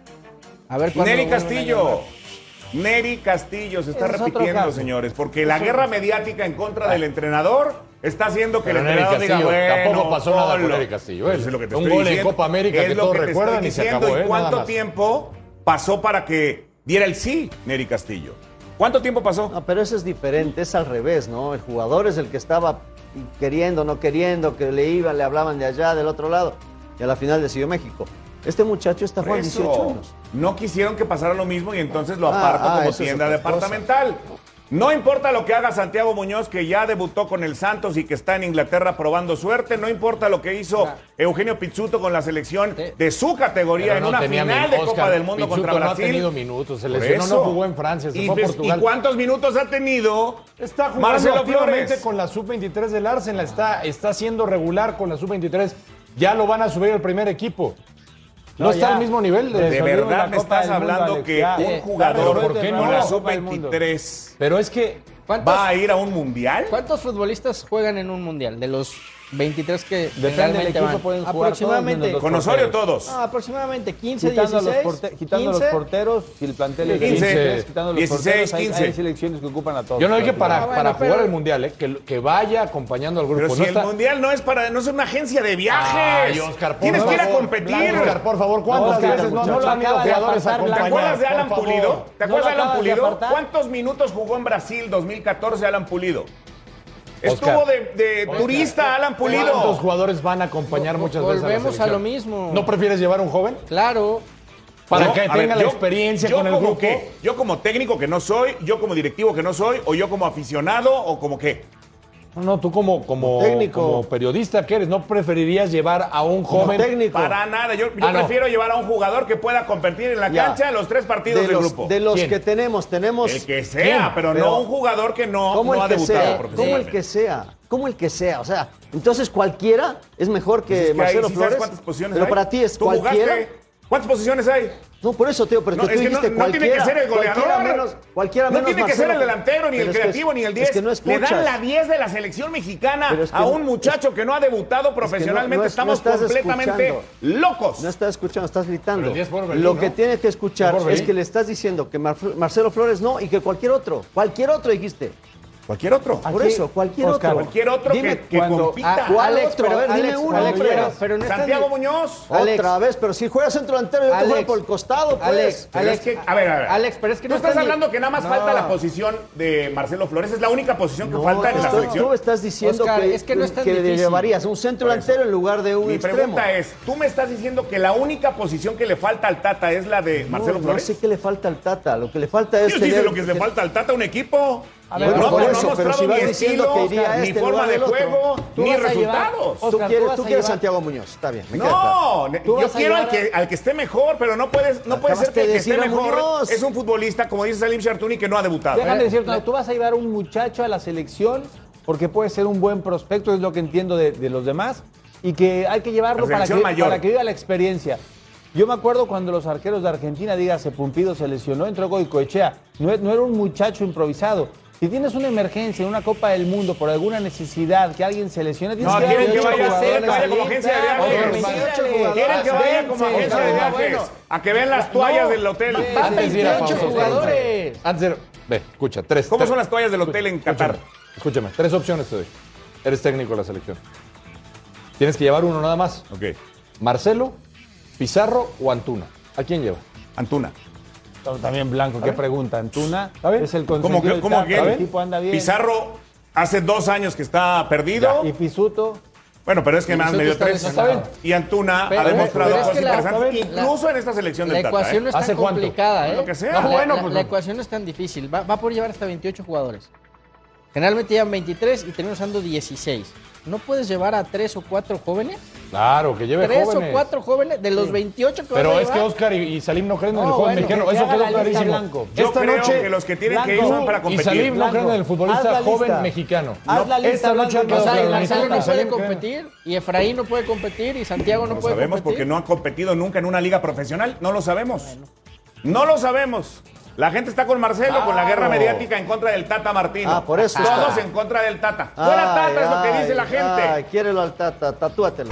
A ver cuándo
Neri
lo vuelven a llamar.
Castillo. Neri Castillo se está
Ese es otro
repitiendo,
caso.
señores, porque la guerra mediática en contra
Ah.
del entrenador está haciendo que
Pero
el
Neri
entrenador diga,
Castillo,
bueno,
tampoco pasó nada con
ponlo.
Neri Castillo, ¿eh?
Eso es lo que te
Un
estoy
gol en
diciendo.
Copa América
Es
que
lo
todos
te estoy
recuerdan y se
diciendo.
acabó,
¿Y
¿eh?
cuánto
Nada más.
tiempo pasó para que diera el sí Neri Castillo? ¿Cuánto tiempo pasó?
No, pero eso es diferente, es al revés, ¿no? El jugador es el que estaba queriendo, no queriendo, que le iban, le hablaban de allá, del otro lado. Y a la final decidió México. Este muchacho está
Por
jugando
eso,
18 años.
No quisieron que pasara lo mismo y entonces lo
Ah,
aparto
ah,
como
eso es
tienda
otra
departamental. No importa lo que haga Santiago Muñoz, que ya debutó con el Santos y que está en Inglaterra probando suerte. No importa lo que hizo Eugenio Pizzuto con la selección de su categoría
Pero
en
no
una
tenía
final
min-
de Copa
Oscar,
del Mundo
Pizzuto
contra
no ha
Brasil.
tenido minutos, se
Por
lesionó,
eso.
no jugó en Francia, se
y,
fue a
ves-
Portugal.
¿Y cuántos minutos ha tenido
Está jugando
Marcelo
activamente
Flores?
con la sub-23 del Arsenal, está, está siendo regular con la sub-23. Ya lo van a subir al primer equipo. No,
No,
está
ya.
al mismo nivel.
De
De
Salió en la
verdad me
Copa
estás
del Mundo,
hablando
Alex,
que
ya.
un
Eh,
jugador
claro, ¿por qué
con
no?
la
Copa del Mundo.
sub-23
Pero es que
¿Cuántos,
va a ir a un mundial?
¿Cuántos futbolistas juegan en un mundial? De los 23 que
Depende del
generalmente
equipo,
van.
pueden jugar
aproximadamente,
todos
Con
menos los
Osorio
porteros.
todos.
pues
Ah, aproximadamente 15,
Quitando, a
16.
los, porte- quitando a los
15.
porteros, si el plantel es de
15,
16, quitando los
16,
porteros, hay-
15.
Hay, selecciones que ocupan a todos.
Yo no dije para,
Ah, bueno,
para jugar
pero-
el mundial, eh, que, que vaya acompañando al grupo.
Pero si
pues no
el
está-
mundial no es para, no es una agencia de viajes.
Ay, Oscar, por
Tienes que ir a
favor.
competir.
Oscar, por favor, ¿cuántas
Oscar,
veces no, no
muchacho,
lo han ido
acabas de
jugadores a
apartar la-
¿Te
acompañar?
acuerdas de Alan
Por favor.
Pulido? ¿Te
¿No lo
acuerdas de Alan
acabas de
Pulido?
apartar?
¿Cuántos minutos jugó en Brasil 2014 Alan Pulido?
Oscar.
Estuvo de, de turista Alan
¿Cuántos
Pulido.
jugadores van a acompañar
Vol-
muchas veces?
volvemos
la
a lo
selección?
mismo.
¿No prefieres llevar a un joven?
Claro.
Para
No,
que
a
tenga
ver,
la
yo-
experiencia
yo
con el
como
grupo.
qué, yo como técnico que no soy, yo como directivo que no soy, o yo como aficionado, o como qué.
No, no, tú como, como,
técnico.
como periodista que eres, ¿no preferirías llevar a un joven?
técnico.
Para nada. Yo, yo
Ah, no.
prefiero llevar a un jugador que pueda competir en la
Ya.
cancha los tres partidos
de
del
los,
grupo.
de los
¿Quién?
que tenemos, tenemos.
El que sea, pero, no
Pues, Pero-
un jugador que no, no
¿Cómo el
ha
que
debutado
sea? ¿Cómo el
profesionalmente.
que sea? ¿Cómo el que sea? O sea, entonces cualquiera es mejor que
Pues es que ahí
Marcelo
sí sabes
Flores.
¿Cuántas posiciones
pero
hay.
para ti es
¿Tú
cualquiera.
jugaste? ¿Cuántas posiciones hay?
No, por eso, Teo, pero
No,
que
es que
tú
no-
dijiste
no tiene que
cualquiera,
ser el goleador.
Cualquiera menos, cualquiera
no
menos
tiene que
Marcelo.
ser el delantero, ni el
Pero es que es-
creativo, ni el 10.
Es que no
Le dan
escuchas.
la 10 de la selección mexicana
Pero es que
a un
no-
muchacho que no ha debutado
no-
profesionalmente.
no es- no
Estamos
estás
completamente
escuchando.
locos.
No estás escuchando, estás
Pero
gritando.
el 10 por Orbelín,
Lo
¿no?
que tienes que escuchar
Fue por
es
Orbelín.
que le estás diciendo que Marf- Marcelo Flores no y que cualquier otro, cualquier otro dijiste.
Cualquier otro.
Por
Aquí,
eso, cualquier
Oscar,
otro.
Cualquier otro
Dime ah,
que, que
cuando-
compita.
¿Cuál
Alex,
otro?
pero,
A ver, dime
Alex,
uno,
Alex,
hombre.
pero, pero no estás
Santiago
ni-
Muñoz.
Otra vez, pero si juegas centro delantero, yo te
Alex.
juego por el costado, pues.
Alex,
Pero
Alex,
es que, a ver, a ver.
Alex, pero es que
Tú
no
estás
estás ni-
hablando que nada más
No.
falta la posición de Marcelo Flores. Es la única posición que
No,
falta en
tú
la
estás-
selección.
Tú estás diciendo
Oscar,
que,
es que no es tan
que le
difícil.
llevarías un centro delantero en lugar de un
Mi
extremo.
pregunta es, ¿tú me estás diciendo que la única posición que le falta al Tata es la de
No,
Marcelo
no,
Flores?
sé qué le falta al Tata. Lo que le falta es
Dios dice
tener-
lo que le falta al Tata a un equipo.
ver,
no,
por
no
eso,
ha
pero
mostrado
si
ni
vas diciendo
estilo,
que iría a
ni
este
forma
lugar
de
del otro.
juego,
Tú
ni
vas a llevar-
resultados.
Tú
Oscar,
quieres,
vas
tú
a
quieres
llevar-
Santiago Muñoz. Está bien, me queda claro.
No, ne-
Tú
yo
vas a
quiero al
llevar a-
que, al que esté mejor, pero no puedes, no puede ser
Acabaste
que el
de
que esté
decir a
mejor
Muñoz.
es un futbolista, como dice Salim Chartuni, que no ha debutado.
Déjame decirte, algo, tú vas a llevar un muchacho a la selección porque puede ser un buen prospecto, es lo que entiendo de, de los demás, y que hay que llevarlo
La
para que,
selección mayor.
para que viva la experiencia. Yo me acuerdo cuando los arqueros de Argentina, dígase, Pumpido se lesionó, entró Goicoechea, no, e- no era un muchacho improvisado. Si tienes una emergencia en una Copa del Mundo por alguna necesidad, que alguien se lesione, tienes
No,
que
quieren que
llevar
vaya a ser, que
jugadores
vaya
ahí.
como agencia de
Vamos,
viajes.
veintiocho
Quieren que vaya como
Vence.
agencia de
No,
viajes.
bueno.
A que vean las toallas
No,
del hotel.
ve-
Antes de ir a
28
pausa,
jugadores.
Antes de- Ve, escucha, tres.
¿Cómo
tres.
son las toallas del hotel en Qatar?
Escúchame, escúchame, tres opciones te doy. Eres técnico de la selección. Tienes que llevar uno nada más.
Ok.
Marcelo, Pizarro o Antuna. ¿A quién lleva?
Antuna.
Pues
También Blanco, qué pregunta. Antuna
bien?
es el consentido
¿Cómo que,
del
cómo
Tata,
que
el equipo anda bien.
Pizarro hace dos años que está perdido.
Y Pisuto.
Bueno, pero es que más
Pizarro
medio
está
tres.
lesionado.
Está
Y Antuna
Pero-
ha demostrado
pero es
cosas
que la-
interesantes,
está bien.
incluso
La-
en esta selección
La
del Tata.
ecuación
¿eh?
no es
¿Hace
tan
cuánto?
complicada, ¿eh?
Lo que sea.
La,
Ah,
bueno,
la-
pues
la
no.
ecuación no es tan difícil. Va, va por llevar hasta 28 jugadores. Generalmente llevan 23 y terminan usando 16. ¿No puedes llevar a 3 o 4 jóvenes?
Claro, que lleve
3
jóvenes.
o 4 jóvenes de los 28 que
Pero
vas a
es que
llevar?
Oscar y, y Salim no creen en el
No,
joven
bueno,
mexicano.
que
Eso
haga
quedó
la lista,
clarísimo.
Blanco.
Yo
Esta
creo
noche,
que los que tienen que ir
Blanco
son para
y
competir.
Salim no
Blanco,
creen en el
haz
futbolista
la
joven
lista.
mexicano.
Haz la lista,
Esta noche
Blanco,
quedó
O sea, y
claro.
Marcelo no
Salim
puede
cree-
competir, y Efraín no puede competir, y Santiago no,
No
puede
sabemos porque
competir.
no han competido nunca en una liga profesional. No lo sabemos. No lo sabemos. La gente está con Marcelo, con la guerra
Claro.
mediática en contra del Tata Martino.
Ah, por eso
Todos
está.
en contra del Tata. Fuera Tata, es lo que dice la gente.
Ay, quiérelo al Tata, tatúatelo.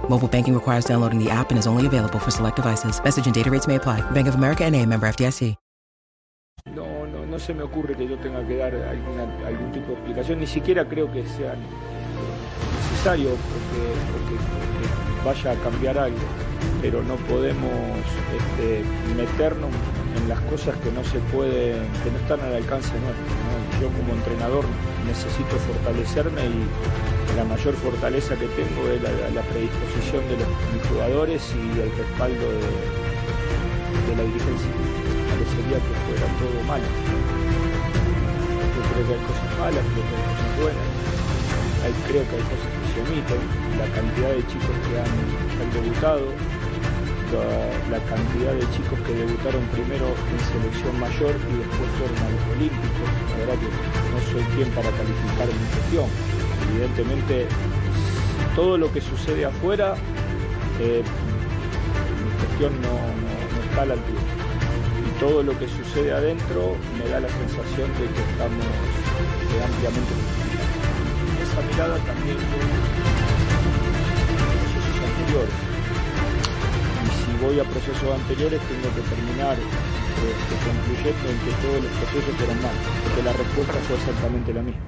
Mobile banking requires downloading the app and is only available for select devices. Message and data rates may apply. Bank of America and a member FDIC.
No, no, no se me ocurre que yo tenga que dar alguna- algún tipo de explicación, ni siquiera creo que sea necesario porque, porque- porque vaya a cambiar algo, pero no podemos este, meternos en las cosas que no se pueden, que no están al alcance nuestro. ¿no? Yo como entrenador necesito fortalecerme y la mayor fortaleza que tengo es la, la predisposición de los mis jugadores y el respaldo de- de la dirigencia parecería que fuera todo malo. Yo creo que hay cosas malas, creo que hay cosas buenas, hay, creo que hay cosas que se omiten, la cantidad de chicos que han, que han debutado, la, la cantidad de chicos que debutaron primero en selección mayor y después fueron a los olímpicos, la verdad que no soy quien para calificar mi gestión. Evidentemente, todo lo que sucede afuera, eh, mi gestión no, no- no está a la altura y todo lo que sucede adentro me da la sensación de que estamos eh, ampliamente justificados. Esa mirada también tiene procesos anteriores. Y si voy a procesos anteriores tengo que terminar eh, este, concluyendo en que todos los procesos fueron malos, porque la respuesta fue exactamente la misma.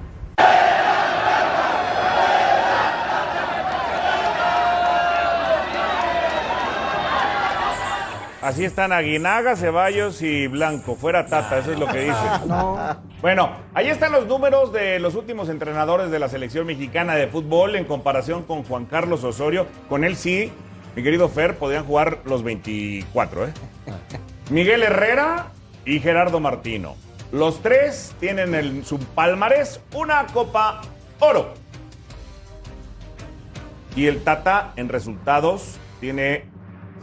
Así están Aguinaga, Ceballos y Blanco. Fuera Tata, eso es lo que dice. Bueno, ahí están los números de los últimos entrenadores de la selección mexicana de fútbol en comparación con Juan Carlos Osorio. Con él sí, mi querido Fer, podían jugar los 24, ¿eh? Miguel Herrera y Gerardo Martino. Los tres tienen en su palmarés una Copa Oro. Y el Tata en resultados tiene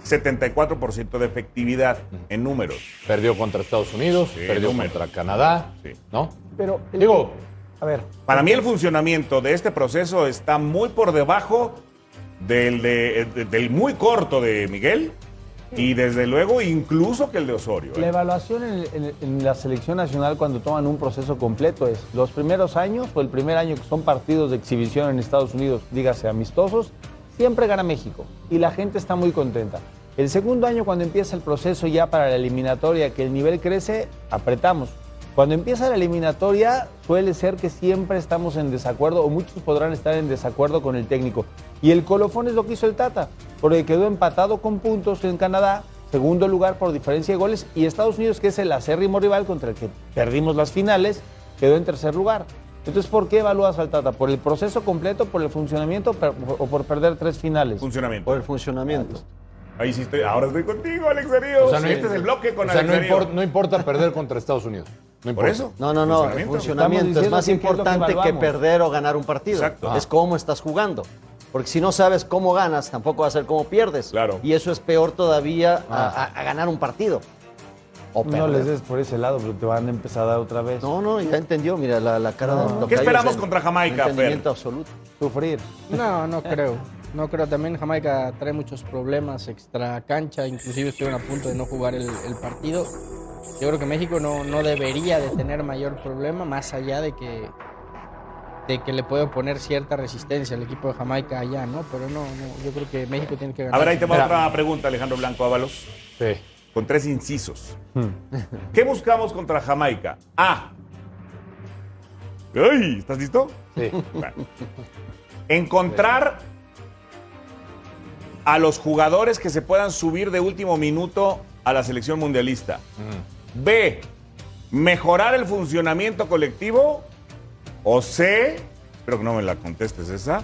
74% de efectividad en números.
Perdió contra Estados Unidos, perdió contra Canadá, ¿no?
Pero, el-
Digo,
a ver,
Para mí el funcionamiento de este proceso está muy por debajo del, de- de- del muy corto de Miguel y desde luego incluso que el de Osorio.
La
¿eh?
evaluación en, en- en la selección nacional cuando toman un proceso completo es los primeros años o el primer año que son partidos de exhibición en Estados Unidos, dígase amistosos, siempre gana México y la gente está muy contenta. El segundo año cuando empieza el proceso ya para la eliminatoria, que el nivel crece, apretamos. Cuando empieza la eliminatoria suele ser que siempre estamos en desacuerdo o muchos podrán estar en desacuerdo con el técnico. Y el colofón es lo que hizo el Tata, porque quedó empatado con puntos en Canadá, segundo lugar por diferencia de goles y Estados Unidos, que es el acérrimo rival contra el que perdimos las finales, quedó en tercer lugar. Entonces, ¿por qué evalúas al Tata? ¿Por el proceso completo, por el funcionamiento per- o por perder tres finales?
Funcionamiento.
Por el funcionamiento.
Ahí sí estoy, ahora estoy contigo, Alex Darío. este es el bloque con
o sea,
Alex
no,
Darío.
impor- no importa perder contra Estados Unidos. No
Por
importa.
eso.
No, no, no. El funcionamiento es más importante que, perder o ganar un partido.
Exacto.
Es cómo estás jugando. Porque si no sabes cómo ganas, tampoco vas a saber cómo pierdes. Claro. Y eso es peor todavía a, a- a ganar un partido. O
Ah. No
perder.
les des por ese lado, pero te van a empezar a dar otra vez.
No, no, ya entendió, mira la, la cara de
¿Qué esperamos
contra Jamaica,
Entendimiento absoluto.
Sufrir.
No, no creo. No creo. También Jamaica trae muchos problemas extra cancha. Inclusive estuvieron a punto de no jugar el, el partido. Yo creo que México no, no debería de tener mayor problema, más allá de que, de que le puede poner cierta resistencia al equipo de Jamaica allá, ¿no? Pero no, no, yo creo que México tiene que ganar.
A ver, ahí te va
Mira,
otra pregunta, Alejandro Blanco Ábalos.
Sí. Hmm.
Con tres incisos. ¿Qué buscamos contra Jamaica? A. ¡Ay! ¿Estás listo?
Sí.
Encontrar
Pues
a los jugadores que se puedan subir de último minuto a la selección mundialista. B. Mejorar el funcionamiento colectivo. O C. Espero que no me la contestes esa.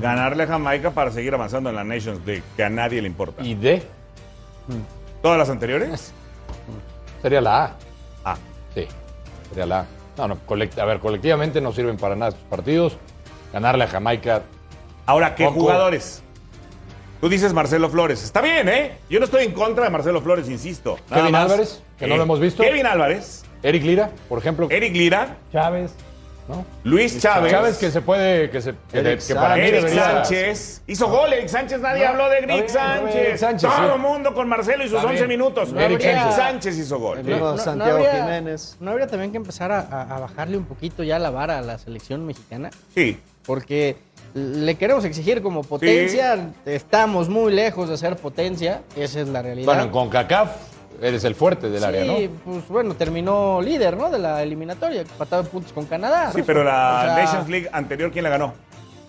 Ganarle a Jamaica para seguir avanzando en la Nations League, que a nadie le importa.
¿Y D?
¿Todas las anteriores?
Sería la A.
A.
Sí, sería la A. No, no, colect- a ver, colectivamente no sirven para nada estos partidos. Ganarle a Jamaica.
Ahora, ¿qué
Poco.
jugadores? Tú dices Marcelo Flores. Está bien, ¿eh? Yo no estoy en contra de Marcelo Flores, insisto. Nada
Kevin
más.
Álvarez, que no
Eh,
lo hemos visto.
Kevin Álvarez.
Eric Lira, por ejemplo.
Eric Lira.
Chávez.
¿no?
Luis Chávez.
Chávez que se puede, que se que,
Eric
que para mí
Sánchez. Eric
debería-
Sánchez. Hizo gol, Eric Sánchez. Nadie
No,
habló de
está
Eric
bien, está bien,
Sánchez.
Eric Sánchez,
Todo
sí.
el mundo con Marcelo y sus
Está
11
bien.
minutos.
No Eric
Eric
habría-
Sánchez hizo gol.
Luego Santiago
habría-
Jiménez.
¿No habría también que empezar a, a- a bajarle un poquito ya la vara a la selección mexicana?
Sí.
Porque le queremos exigir como potencia. Estamos muy lejos de ser potencia. Esa es la realidad.
Bueno, con CACAF eres el fuerte del área, ¿no?
Sí, pues bueno, terminó líder, ¿no? De la eliminatoria, empatado en puntos con Canadá.
Sí, pero la
O sea,
Nations League anterior, ¿quién la ganó?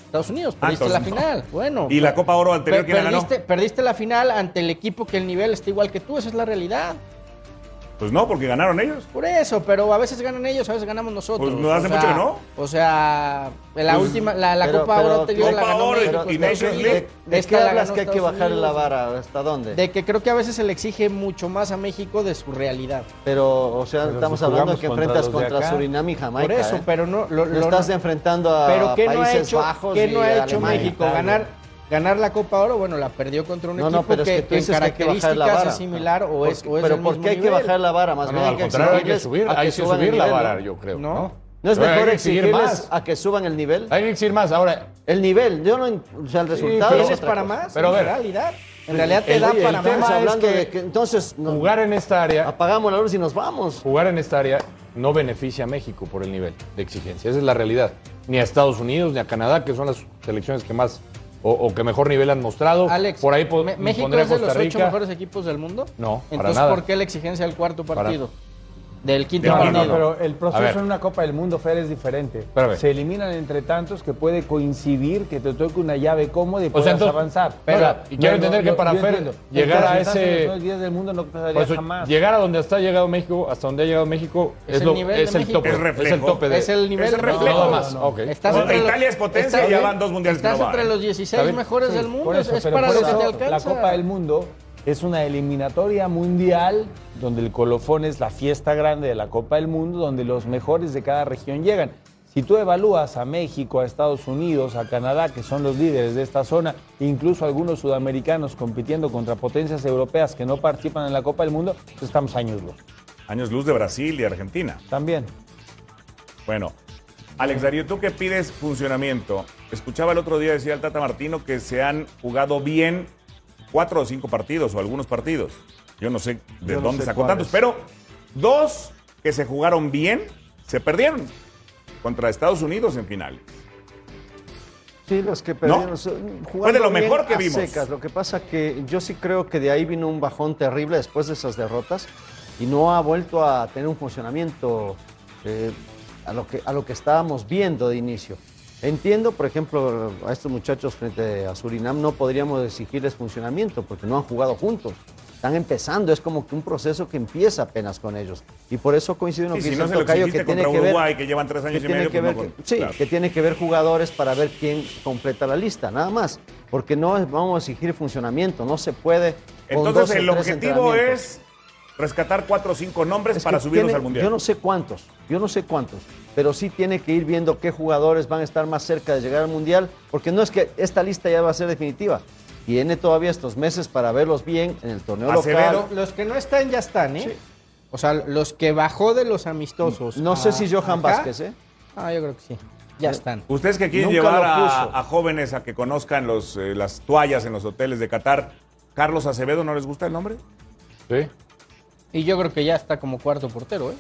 Estados Unidos, perdiste
Ah,
la
entonces,
final. Bueno.
Y la Copa Oro anterior,
per-
¿quién la ganó?
perdiste, perdiste la final ante el equipo que el nivel está igual que tú, esa es la realidad.
Pues no, porque ganaron ellos.
Por eso, pero a veces ganan ellos, a veces ganamos nosotros.
Pues no hace
O sea,
mucho que no.
O sea, la
Pues,
última, la, la
pero-
Copa
pero-
Oro anterior la
Copa
ganó
Oro y-
México,
y
Estados
Nations
Unidos.
League.
¿De
Esta
qué
la
hablas
ganó
que hay que
Estados
bajar
Unidos.
la vara? ¿Hasta dónde?
De que creo que a veces se le exige mucho más a México de su realidad.
Pero, o sea,
Pero
estamos
si
hablando
jugamos
que
contra
enfrentas
los de
contra,
acá.
Surinam y Jamaica.
Por eso,
¿eh?
pero no lo,
Lo
lo-
estás enfrentando a
pero ¿qué no
Países
ha hecho,
Bajos
qué
y
no ha hecho
Alemania.
México? Ganar, ganar la Copa Oro, bueno, la perdió contra un
No,
equipo
no, pero
que,
es que tú
que en
dices que hay que bajar la
características
vara.
es similar o es,
Porque-
o es
pero
del
¿por
mismo
qué hay que
nivel.
bajar la vara? Más
No,
bien
no, al
que
contrario, hay que
exigirles
subir,
a que
hay que subir
suban el
la
nivel,
vara,
¿no?
yo creo,
¿No?
¿no?
¿No es
Pero hay
mejor
que exigir
exigirles
más.
a que suban el nivel?
Hay que exigir más. Ahora,
El nivel, yo no, en- o sea, el resultado es
¿Tienes
otra
para
cosa.
más?
Pero a
en
ver.
realidad, en realidad te
el-
da
oye,
para
el
más.
tema
Estamos
es
hablando
que
de que entonces nos-
jugar en esta área,
apagamos la luz y nos vamos.
jugar en esta área no beneficia a México por el nivel de exigencia. Esa es la realidad. Ni a Estados Unidos, ni a Canadá, que son las selecciones que más o, o que mejor nivel han mostrado.
Alex,
por ahí po-
Me- México
pondré a
es de
Costa
los ocho
Rica.
mejores equipos del mundo.
No, para
Entonces,
nada.
¿por qué la exigencia del cuarto
Para-
partido? Del quinto
No, no,
partido.
No, pero el
A ver.
proceso en una Copa del Mundo, Fer, es diferente.
Espérame.
Se eliminan entre tantos que puede coincidir que te toque una llave cómoda y
O
puedas
sea, entonces-
avanzar.
Pero, y quiero entender que para
yo
Fer
entiendo.
llegar a
El porcentaje
ese-
de los mejores 10 del mundo no pasaría
Por eso,
jamás.
llegar a donde está llegado México, hasta donde ha llegado México,
Es
es,
el
lo-
nivel de
es el
México.
tope.
Es
Es,
reflejo.
el tope de-
es el nivel
es el reflejo.
No, más, ok.
Estás
No,
entre los-
Italia es potencia y ya van dos mundiales que
Estás
no va,
entre
¿eh?
los 16 mejores
Sí,
del mundo.
por eso,
es
pero
para
por
lo que
eso
te alcanza.
La Copa del Mundo es una eliminatoria mundial donde el colofón es la fiesta grande de la Copa del Mundo, donde los mejores de cada región llegan. Si tú evalúas a México, a Estados Unidos, a Canadá, que son los líderes de esta zona, e incluso algunos sudamericanos compitiendo contra potencias europeas que no participan en la Copa del Mundo, pues estamos años luz.
Años luz de Brasil y Argentina.
También.
Bueno, Alex Darío, tú que pides funcionamiento, escuchaba el otro día decir al Tata Martino que se han jugado bien cuatro o cinco partidos o algunos partidos. Yo no sé de
Yo no
dónde
sé
sacó tantos,
cuáles.
pero dos que se jugaron bien se perdieron contra Estados Unidos en finales.
Sí, los que
¿No?
perdieron. so-
Fue de lo
jugando bien
mejor que
a
vimos.
secas. Lo que pasa que yo sí creo que de ahí vino un bajón terrible después de esas derrotas y no ha vuelto a tener un funcionamiento eh, a, lo que, a lo que estábamos viendo de inicio. Entiendo, por ejemplo, a estos muchachos frente a Surinam no podríamos exigirles funcionamiento porque no han jugado juntos. Están empezando, es como que un proceso que empieza apenas con ellos. Y por eso coincido en lo
Y
que
si
dice
no
el
se lo
tocayo, que
exigiste
tiene
contra
que ver
Uruguay, que llevan tres años
que
y
tiene
medio,
que
pues
ver
no
que-
con-
sí,
claro.
que tiene que ver jugadores para ver quién completa la lista, nada más. Porque no es- vamos a exigir funcionamiento, no se puede. con dos o
Entonces el
tres
objetivo
entrenamientos.
es rescatar cuatro o cinco nombres
Es que
para subirnos
tiene-
al Mundial.
Yo no sé cuántos, yo no sé cuántos, pero sí tiene que ir viendo qué jugadores van a estar más cerca de llegar al Mundial, porque no es que esta lista ya va a ser definitiva. Tiene todavía estos meses para verlos bien en el torneo
Acevedo.
local.
Los que no están ya están, ¿eh? O sea, los que bajó de los amistosos.
No sé si Johan
Ah, acá,
Vázquez, ¿eh?
Ah, yo creo que sí. Ya están.
Ustedes que quieren
Nunca
llevar
lo
a,
puso.
a jóvenes a que conozcan los, eh, las toallas en los hoteles de Qatar, ¿Carlos Acevedo no les gusta el nombre?
Sí.
Y yo creo que ya está como cuarto portero, ¿eh?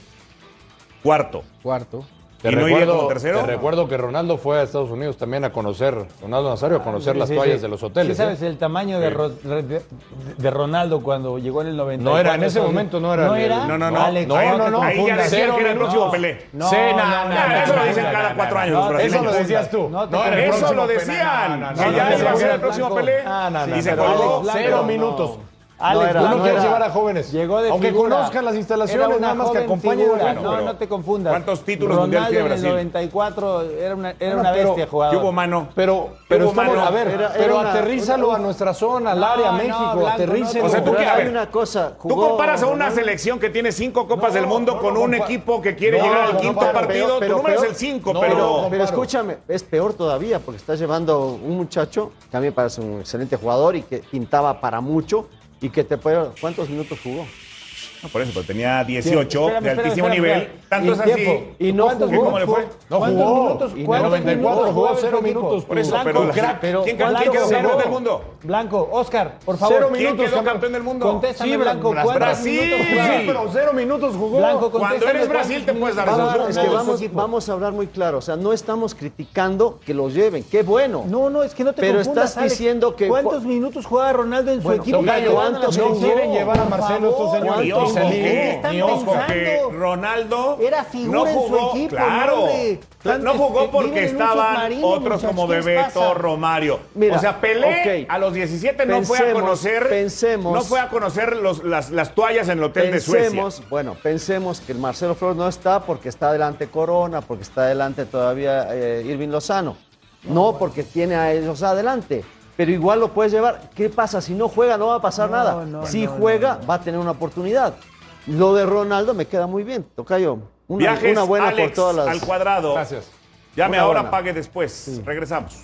Cuarto.
Cuarto.
Te
¿Y no iría como tercero?
te recuerdo que Ronaldo fue a Estados Unidos también a conocer, Ronaldo Nazario, a conocer las
Ah, Sí, sí,
toallas
sí.
de los hoteles.
Sí, sabes
¿eh?
el tamaño de, Ro- de- de Ronaldo cuando llegó en el 90.
No era, en ese momento no era.
No
el-
era.
No, no, no.
Alex,
no,
no
no,
te
no. Ahí ya
confundas.
decían
Cero
que era el
minutos.
próximo Pelé. Ah,
No,
Sí,
no, no,
no, no,
no,
eso
no,
lo dicen
no,
cada
no,
cuatro
no,
años los
no,
brasileños.
Eso lo decías tú.
No,
No,
no, era el
Eso
próximo
lo
Pelé.
decían.
No, no, no,
que
no,
ya
no,
iba a
no,
ser el
no,
próximo
no,
Pelé.
no, no,
y
no,
se
no,
colgó.
Alex,
Cero
no,
minutos.
Alex,
No era,
Tú
no
no quieres
era.
llevar a jóvenes.
Llegó de
Aunque
figura.
conozcan
Era
las
una
instalaciones, nada más que
joven
acompañen.
figura.
Bueno,
no,
pero-
no te confundas.
¿Cuántos títulos
Ronaldo
mundiales tiene Brasil?
en el 94 era una, era
No,
una
pero-
bestia jugadora.
¿Qué hubo mano?
Pero,
Pero
pero estamos-
humano.
a ver,
Era- era
pero
una-
aterrízalo
una-
a nuestra zona, al área
No, no,
México,
Blanco,
aterrízalo.
O sea, tú
Pero
que- a
hay
ver,
una cosa.
Tú
jugó
comparas a una
Ronaldo-
selección que tiene cinco copas del mundo
no,
con
no,
un
compa-
equipo que quiere
No,
llegar al
no,
quinto
pero-
partido. tu número
peor-
es el cinco,
no,
pero...
pero escúchame, es peor todavía porque estás llevando un muchacho que a mí me parece un excelente jugador y que pintaba para mucho y que te puede. ¿Cuántos minutos jugó?
No, por eso, pero tenía 18 de altísimo nivel. Tanto
Y
es así.
tiempo. Y no
¿Cuántos-
jugó,
¿Cómo le fue?
fue- No ¿cuántos jugó. minutos- Y no, cuántos 94 minutos jugó jugaba el
0
cero técnico? minutos,
minutos.
tú.
Por eso, pero la-
pero-
¿quién quedó,
Blanco
quién quedó
jugó.
campeón del mundo?
Blanco, Oscar, por favor.
Cero
¿Quién
minutos,
quedó
campeón.
campeón del mundo?
Contéstame,
Sí,
Blanco,
Brasil.
¿cuántos
Brasil.
minutos
Sí,
jugaba?
pero
cero minutos jugó.
Blanco,
Cuando
contéstame
eres
cuántos
Brasil te puedes dar
minutos
esos
Vamos,
jugaba.
Vamos,
es
no,
que
no,
vamos, vamos a hablar muy claro. O sea, no estamos criticando que los lleven. Qué bueno.
No, no, es que no te
Pero
confundas,
estás diciendo que-
¿Cuántos minutos juega Ronaldo en su
Bueno,
equipo?
no, Gallo, ¿cuántos
no
jugó?
quieren llevar a
Por
Marcelo estos
favor,
señores?
Y
¿cuántos
ojo
jugó?
¿Qué
que,
están
y ojo
pensando?
que Ronaldo
Era figura
no
en su
jugó,
equipo,
claro,
no, hombre. Tan-
no
eh,
jugó
viven
porque
en un
estaban
submarino,
otros como
muchachos, ¿qué les
Bebeto,
pasa?
Romario.
Mira,
o sea, Pelé
ok.
a los 17 no fue a
Pensemos,
conocer,
pensemos.
no fue a conocer los- las, las toallas en el hotel de Suecia.
Pensemos, bueno, pensemos que el Marcelo Flores no está porque está adelante Corona, porque está adelante todavía eh, Irving Lozano. No, porque tiene a ellos adelante. Pero igual lo puedes llevar. ¿Qué pasa? Si no juega, no va a pasar
No,
nada.
no,
si
no,
juega, va a tener una oportunidad. Lo de Ronaldo me queda muy bien. Tocayo, una,
Viajes
una buena
Alex
por todas las.
al cuadrado.
Gracias.
Llame
Una
ahora,
buena.
pague después. Regresamos.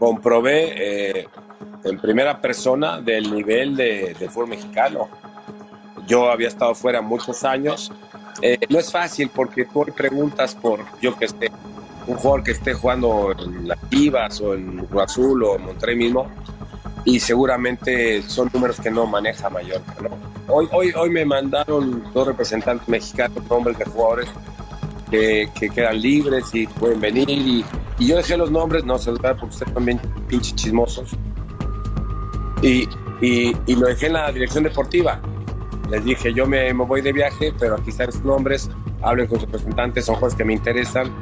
comprobé eh, en primera persona del nivel de, del fútbol mexicano. Yo había estado fuera muchos años. Eh, no es fácil porque tú hoy preguntas por, yo que sé, un jugador que esté jugando en las Chivas o en Cruz Azul o en Monterrey mismo y seguramente son números que no maneja Mallorca. ¿no? Hoy, hoy, hoy me mandaron dos representantes mexicanos, nombres de jugadores que, que quedan libres y pueden venir. Y, y yo dejé los nombres, no se los voy a dar porque ustedes también pinches chismosos. Y, y, y lo dejé en la dirección deportiva. Les dije, yo me, me voy de viaje, pero aquí están sus nombres, hablen con sus representantes, son cosas que me interesan.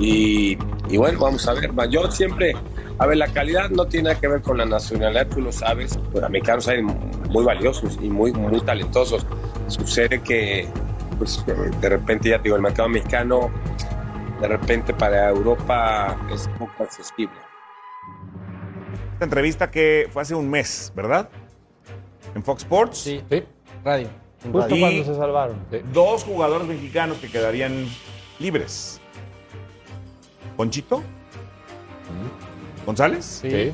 Y, y bueno, vamos a ver. Yo siempre, a ver, la calidad no tiene nada que ver con la nacionalidad, tú lo sabes. Los americanos hay muy valiosos y muy, muy talentosos. Sucede que pues, eh, de repente, ya te digo, el mercado mexicano, de repente para Europa es poco accesible.
Esta entrevista que fue hace un mes, ¿verdad? En Fox Sports.
Sí,
Sí,
radio.
Justo
Y-
cuando se salvaron.
Dos jugadores mexicanos que quedarían libres. Ponchito. González.
sí.
Sí.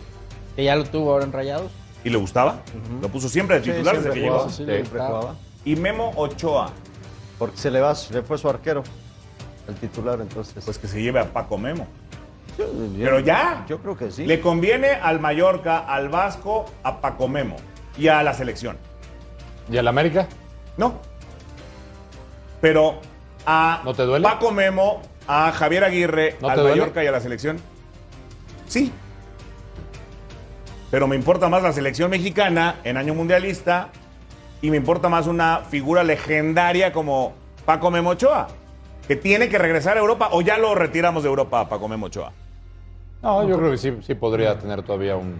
Que ya lo tuvo ahora en Rayados.
Y le gustaba. Lo puso siempre de titular desde que
Siempre jugaba,
llegó.
sí,
siempre
está.
jugaba.
Y Memo Ochoa.
Porque se le, va, se le fue su arquero, el titular, entonces.
Pues que se lleve a Paco Memo.
Yo- yo-
Pero ya.
Yo creo que sí.
Le conviene al Mallorca, al Vasco, a Paco Memo y a la selección.
¿Y al América?
No. Pero a
¿No te duele?
Paco Memo, a Javier Aguirre,
¿No
al
te duele?
Mallorca y a la selección. Sí. Pero me importa más la selección mexicana en año mundialista y me importa más una figura legendaria como Paco Memo Ochoa, que tiene que regresar a Europa o ya lo retiramos de Europa a Paco Memo Ochoa.
No, yo creo que sí, sí podría tener todavía un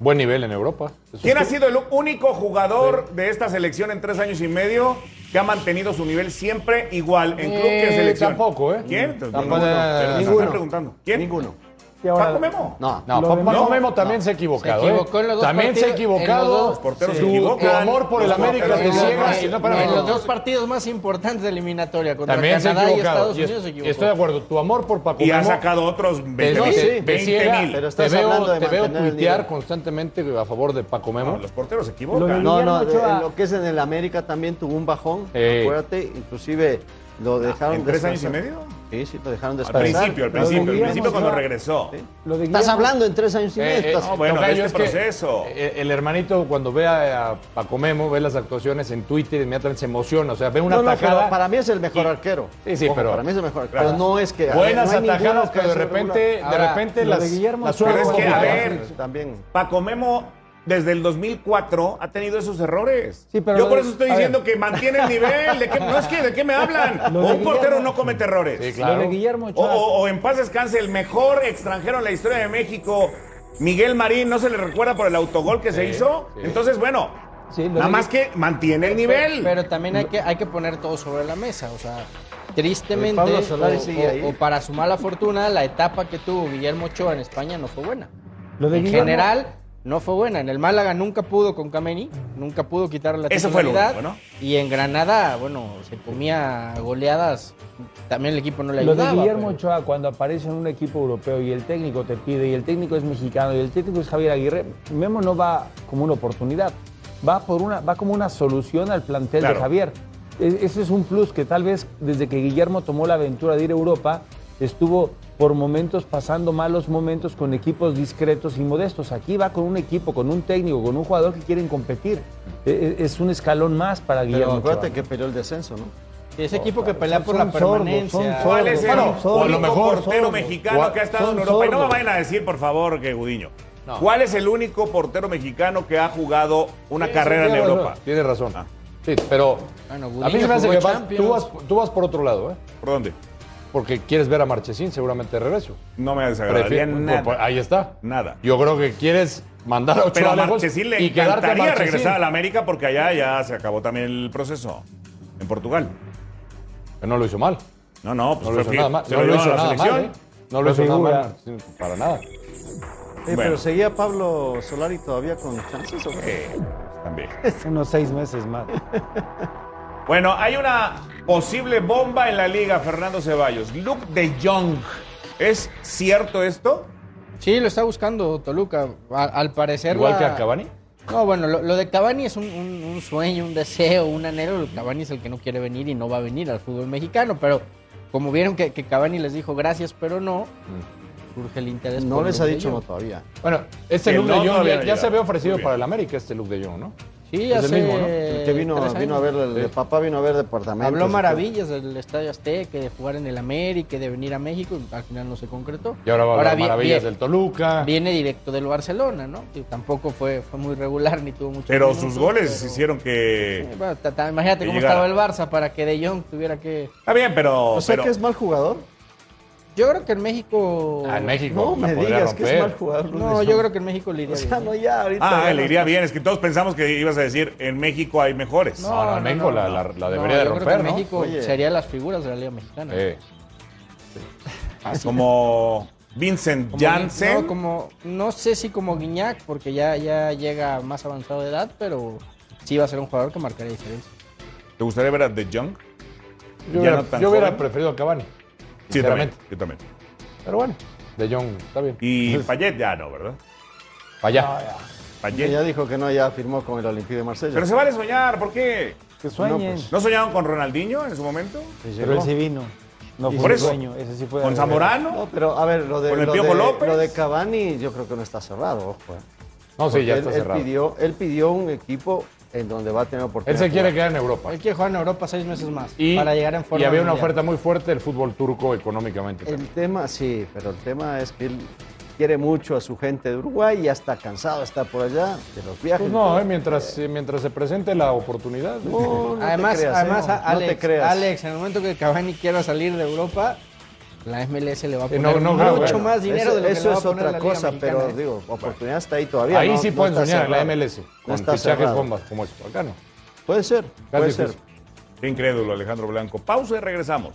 buen nivel en Europa. Eso
¿Quién ha
sí.
sido el único jugador de esta selección en tres años y medio que ha mantenido su nivel siempre igual en club que en
Eh,
selección?
tampoco, ¿eh?
¿Quién?
Tampoco.
Pero nos están
Ninguno.
preguntando. ¿Quién?
Ninguno.
Y ahora-
¿Paco Memo?
No.
No,
Lo
Paco
de Memo-
Memo también se ha equivocado.
Se equivocó
¿eh?
en los dos
También se ha
partidos, en los
equivocado.
dos. Los
porteros
Su-
se equivocan.
Tu amor por el
Los
América te
porteros se equivocan.
ciegas. y
en,
No, espérame.
los dos partidos más importantes de eliminatoria contra
También se ha
Canadá y
equivocado.
Estados
Y es-
Unidos se equivocó.
Estoy de acuerdo. Tu amor por Paco
Y ha
Memo
sacado otros
te,
20
te,
mil.
sí,
te
20
ciega.
mil.
Pero
te
estás
veo,
hablando de
te veo
mantener el
tuitear
nivel.
constantemente a favor de Paco Memo.
No, los porteros se
Lo
equivocan.
del-
No, no,
Guillermo Ochoa.
en lo que es en el América también tuvo un bajón,
Eh.
acuérdate, inclusive lo dejaron
¿En tres años y
descansar.
medio?
Sí, sí, lo dejaron
Al
descansar.
principio, al
Lo
principio, al
de
principio
Guillermo
cuando
Ochoa-
regresó.
Lo de
Estás
Guillermo-
hablando en tres años y
Eh,
medio. estás-
Tocayo, es que eh, El hermanito cuando ve a, a Paco Memo, ve las actuaciones en Twitter, inmediatamente se emociona. O sea, ve una
No, no, pero
atajada.
para mí es el mejor arquero.
Sí, sí,
Ojo,
pero-
Para mí es el mejor
Claro.
arquero. Pero no es que. a ver,
Buenas
no hay ninguno
atajadas,
que
pero de
sea
repente,
regular.
de repente las, las
Pero es
sueltas
que, a
como-
ver,
también.
Paco Memo desde el 2004 ha tenido esos errores.
Sí, pero
Yo
lo
por
de-
eso estoy
a
diciendo
ver.
que mantiene el nivel. ¿De qué, no es que, ¿de qué me hablan?
Lo de
Un portero
Guillermo-
no comete errores.
Sí, claro. Lo de Guillermo
o,
Ochoa.
o- o en paz descanse, el mejor extranjero en la historia de México, Miguel Marín, ¿no se le recuerda por el autogol que se
Sí,
hizo?
sí.
Entonces, bueno,
lo
nada
de-
más que mantiene el nivel.
Pero, pero también hay que, hay que poner todo sobre la mesa. O sea, tristemente,
Pablo Solari sigue ahí.
o, o- o para su mala fortuna, la etapa que tuvo Guillermo Ochoa en España no fue buena.
Lo de
en
Guillermo-
general, no fue buena. En el Málaga nunca pudo con Kameni, nunca pudo quitar la
Eso fue lo
titularidad.
único,
Y en Granada, bueno, se comía goleadas. También el equipo no le
Lo de
ayudaba.
Guillermo
pero-
Ochoa, cuando aparece en un equipo europeo y el técnico te pide, y el técnico es mexicano, y el técnico es Javier Aguirre, Memo no va como una oportunidad, va, por una, va como una solución al plantel
Claro.
de Javier. E- ese es un plus que tal vez desde que Guillermo tomó la aventura de ir a Europa, estuvo por momentos pasando malos momentos con equipos discretos y modestos. Aquí va con un equipo, con un técnico, con un jugador que quieren competir. E- e- es un escalón más para
Pero
Guillermo.
acuérdate
Ochoa.
que peleó el descenso, ¿no?
Ese equipo que
Son-
pelea por la
son sordos,
permanencia.
son
¿Cuál es el
Bueno, sordos,
único
sordos,
portero
sordos.
mexicano
Gua-
que ha estado en
son
Europa? Y no me
sordos.
vayan a decir, por favor, que Gudiño. ¿Cuál es el único portero mexicano que ha jugado una
Sí,
carrera en
tiene razón,
Europa? Ah.
Tiene razón. Sí, pero
Bueno,
a mí
Gudiño
se me hace
jugó
que vas-
Champions.
tú, vas, tú vas por otro lado, ¿eh?
¿Por dónde?
Porque quieres ver a Marchesín seguramente de regreso.
No me desagradaría
Prefi-
nada.
Pues, ahí está.
Nada.
Yo creo que quieres mandar a Ochoa
Pero a
lejos
Marchesín le
y quedarte a
encantaría
Marchesín.
regresar a la América porque allá ya se acabó también el proceso en Portugal.
Pero No lo hizo mal.
No, no, pues
No lo
fue
hizo nada mal.
se
No lo hizo
llevaron a la
nada mal.
selección.
¿eh? No lo hizo nada
Figura.
mal. Marchesín, Para nada.
Sí,
Bueno.
Pero seguía Pablo Solari todavía con chances. ¿o qué?
Eh, también.
Unos seis meses más.
Bueno, hay una posible bomba en la liga, Fernando Ceballos. Luke de Jong. ¿Es cierto esto?
Sí, lo está buscando Toluca. A- al parecer.
Igual
la-
que a Cavani.
No, bueno, lo, lo de Cavani es un, un- un sueño, un deseo, un anhelo. Cavani es el que no quiere venir y no va a venir al fútbol mexicano, pero como vieron que, que Cavani les dijo gracias, pero no,
Mm.
surge el interés.
No
por
les ha
Luke de
dicho no
Jong.
todavía.
Bueno, este
Que
Luke
no,
de
no
Jong
había
ya, ya se
llegado.
había
Muy
ofrecido
bien.
para el América, este Luke de Jong, ¿no?
Sí,
Es el
hace
mismo, ¿no?
El que vino,
Eh, tres años.
vino a ver, el de papá vino a ver departamentos.
Habló
y todo.
maravillas del Estadio Azteca, de jugar en el América, de venir a México, y al final no se concretó.
Y ahora va a hablar
vi-
maravillas
vi-
del Toluca.
Viene directo del Barcelona, ¿no? Que Tampoco fue, fue muy regular ni tuvo mucho.
Pero sus goles hicieron
Eh,
que.
bueno, ta- ta- imagínate
que
cómo
llegara.
estaba el Barça para que De Jong tuviera que.
Está bien, pero.
O sea
pero-
que es mal jugador.
Yo creo que en México.
Ah, en México.
No
la
me
podría
digas que es
romper.
mal jugador. Luis
No,
de
yo
Jong.
creo que en México le iría
O sea,
bien.
no ya ahorita.
Ah,
ya
le
no.
iría bien. Es que todos pensamos que ibas a decir en México hay mejores.
No, no, en México la, la- la debería de
yo creo que
romper,
en
¿no?
México
Oye.
serían las figuras de la Liga Mexicana.
Eh,
Ah, Como Vincent
Como Gui-
Janssen.
No, como, no sé si como Guiñac, porque ya, ya llega más avanzado de edad, pero sí va a ser un jugador que marcaría diferencia.
¿Te gustaría ver a De Jong?
yo
Ya
hubiera,
no tan
yo hubiera
joven.
preferido a Cavani.
Sí, yo también.
Sinceramente.
Yo también.
Pero bueno, De Jong, está bien.
Y Payet ya no, ¿verdad?
Para allá.
Que
Payet.
Ya dijo que no, ya firmó con el Olympique de Marsella.
Pero se vale soñar, ¿por qué?
Que sueñen.
pues.
¿No soñaron con Ronaldinho en su momento?
Pues
Pero
llegó.
él sí vino. No
Y
fue
por
un
eso,
sueño, ese sí fue
¿Con
algo.
No,
Zamorano?
pero a ver, lo de,
¿Con el
lo,
Piojo
de
López?
lo de Cavani yo creo que no está cerrado, ojo. eh.
No, sí, ya
Porque
está
él, él
cerrado. Él,
pidió, él pidió un equipo en donde va a tener oportunidad.
se
de
quiere
jugar.
quedar en Europa.
Él quiere jugar en Europa seis meses más
Y,
para llegar en forma.
y había una
al Mundial.
oferta muy fuerte del fútbol turco económicamente.
El
también.
tema, sí, pero el tema es que él quiere mucho a su gente de Uruguay y ya está cansado, está por allá, de los viajes.
Pues no, eh, mientras, eh, mientras se presente la oportunidad.
No, no te
además,
creas,
además
eh, no.
a-
No te
Alex,
creas.
Alex, en el momento que Cavani quiera salir de Europa, la MLS le va a
Eh,
poner
no, no,
mucho
creo, bueno.
más dinero
eso
de lo que
Ah, eso
le va a
es
poner
otra
la Liga
cosa,
Mexicana,
pero
¿eh?
digo, oportunidad está ahí todavía.
Ahí
no-
sí
no
pueden
está
soñar en la
cerrado.
MLS.
No
Con
está
fichajes
cerrado.
bombas como esto. Acá no.
Puede ser, puede
difícil.
ser.
Qué incrédulo, Alejandro Blanco. Pausa y regresamos.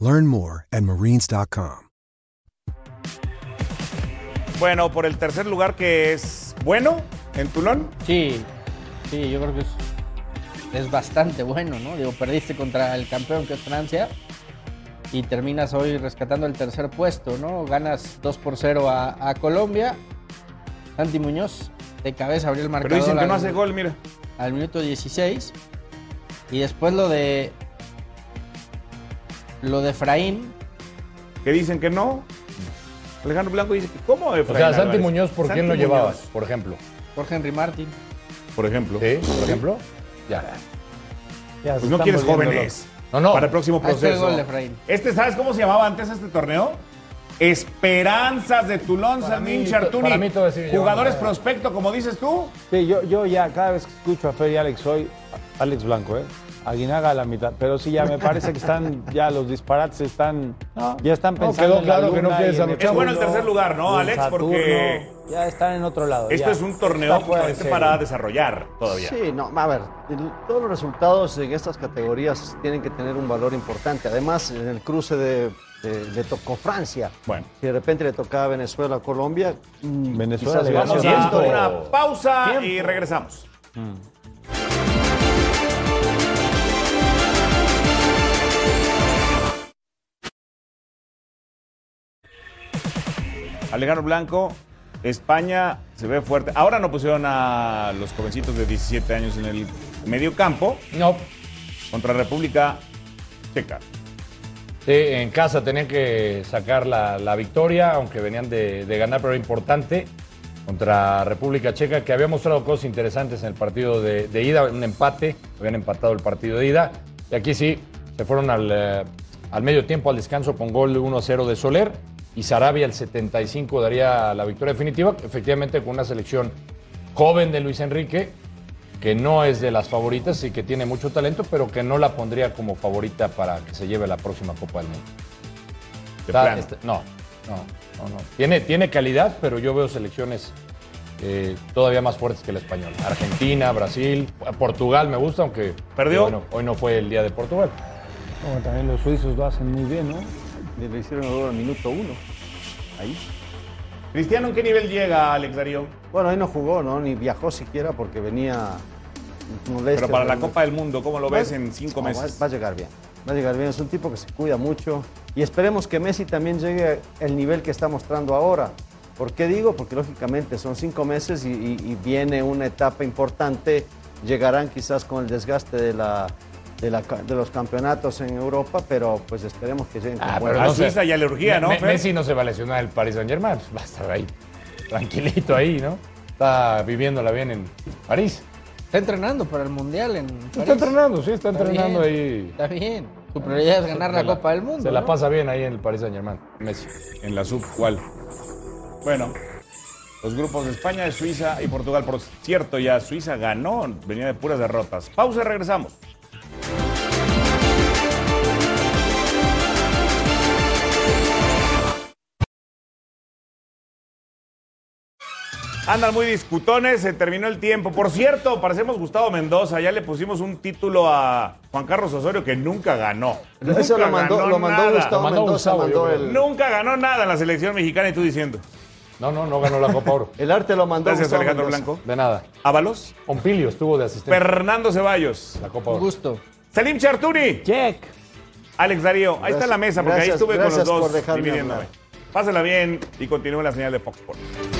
Learn more at marines.com.
Bueno, por el tercer lugar que es bueno en Tulón.
Sí, sí, yo creo que es, es bastante bueno, ¿no? Digo, perdiste contra el campeón que es Francia y terminas hoy rescatando el tercer puesto, ¿no? Ganas 2 por 0 a, a Colombia. Santi Muñoz de cabeza abrió el marcador.
Pero dicen que no
al-
hace gol, mira.
al minuto 16. Y después lo de. Lo de Efraín.
Que dicen que no. Alejandro Blanco dice que ¿cómo
O
Efraín
sea, Santi
Álvarez?
Muñoz, ¿por
Santi
quién lo
Muñoz.
llevabas, por ejemplo?
Jorge Henry Martín.
Por ejemplo.
Sí, por ejemplo. Ya.
Pues no quieres jóvenes.
No, no.
Para el próximo
Ahí está el
proceso.
gol de Efraín.
Este, ¿sabes cómo se llamaba antes este torneo? Esperanzas de Tulón,
Para
San
mí,
Ninja Artuni.
para mí todo sigue
Jugadores
llevando. eh.
prospecto, como dices tú.
Sí, yo, yo ya cada vez que escucho a Fer y Alex hoy, Alex Blanco, ¿eh? Aguinaga a la mitad. Pero sí, ya me parece que están, ya los disparates están, ya están
No,
pensando
quedó
en la
claro que no
luna
quieres
y en
a los
el
Es bueno el
Saturno,
tercer lugar, ¿no,
y en
Alex? Porque
Eh,
Saturno. Ya están en otro lado.
esto
ya.
es un torneo
Está fuera de
justamente
serie.
para desarrollar todavía.
Sí, no, a ver, el- todos los resultados en estas categorías tienen que tener un valor importante. Además, en el cruce de, de- le tocó Francia.
Bueno.
Si de repente le tocaba Venezuela, Colombia, mm,
Venezuela
quizás
le
hubiera
Vamos
sido
a
historia.
una pausa y regresamos. Alejandro Blanco, España se ve fuerte. Ahora no pusieron a los jovencitos de 17 años en el medio campo
No.
contra República Checa.
Sí, en casa tenían que sacar la, la victoria, aunque venían de, de ganar, pero era importante contra República Checa, que había mostrado cosas interesantes en el partido de, de ida, un empate, habían empatado el partido de ida, y aquí sí, se fueron al, eh, al medio tiempo, al descanso, con gol 1-0 de Soler, y Sarabia al 75 daría la victoria definitiva, efectivamente con una selección joven de Luis Enrique, que no es de las favoritas y que tiene mucho talento, pero que no la pondría como favorita para que se lleve la próxima Copa del Mundo.
De
Está-
plano.
está- no, no, no, no. Tiene, tiene calidad, pero yo veo selecciones eh, todavía más fuertes que la española. Argentina, Brasil, Portugal me gusta, aunque
Perdió.
bueno, hoy no fue el día de Portugal.
Como también los suizos lo hacen muy bien, ¿no?
Le hicieron el gol al minuto uno. Ahí.
Cristiano, ¿en qué nivel llega Alex Darío?
Bueno, ahí no jugó, ¿no? Ni viajó siquiera porque venía molesto.
Pero para la Copa del Mundo, ¿cómo lo ves en cinco
Este No, va-
meses?
Va, a llegar bien. Va a llegar bien. Es un tipo que se cuida mucho. Y esperemos que Messi también llegue al nivel que está mostrando ahora. ¿Por qué digo? Porque lógicamente son cinco meses y, y- y viene una etapa importante. Llegarán quizás con el desgaste de la. De, la ca- de los campeonatos en Europa, pero pues esperemos que lleguen. con
Ah,
buen
Ah, pero no
ritmo.
Así sé. está ya la urgía, ¿no, Fer?
Messi no se va a lesionar el Paris Saint Germain, pues va a estar ahí, tranquilito ahí, ¿no? Está viviéndola bien en París.
Está entrenando para el Mundial en. París.
Está entrenando, sí, está
Está
entrenando
bien,
ahí.
Está bien. Su prioridad es ganar la,
Se
Copa del Mundo.
Se la
¿no?
pasa bien ahí en el Paris Saint Germain, Messi.
En la sub, ¿cuál? Bueno, los grupos de España, de Suiza y Portugal. Por cierto, ya Suiza ganó, venía de puras derrotas. Pausa y regresamos. Andan muy discutones, se terminó el tiempo. Por cierto, parecemos Gustavo Mendoza, ya le pusimos un título a Juan Carlos Osorio que nunca ganó.
Eso
Nunca
lo mandó,
ganó
lo mandó
nada.
Gustavo
Lo mandó
Mendoza,
Gustavo, yo
mandó
creo.
el,
Nunca ganó nada en la selección mexicana y tú diciendo.
No, no, no ganó la Copa Oro.
el arte lo mandó
Gracias,
Gustavo
Alejandro
Mendoza.
Blanco.
De nada.
Ábalos.
Pompilio estuvo de asistente.
Fernando Ceballos.
La Copa
Un
Oro.
gusto.
Salim Chartuni.
Check.
Alex Darío. Ahí está
Gracias,
la mesa porque ahí
gracias,
estuve con los
gracias por
dos
dejarme
dividiéndome.
hablar.
Pásala bien y continúe la señal de Fox Sports.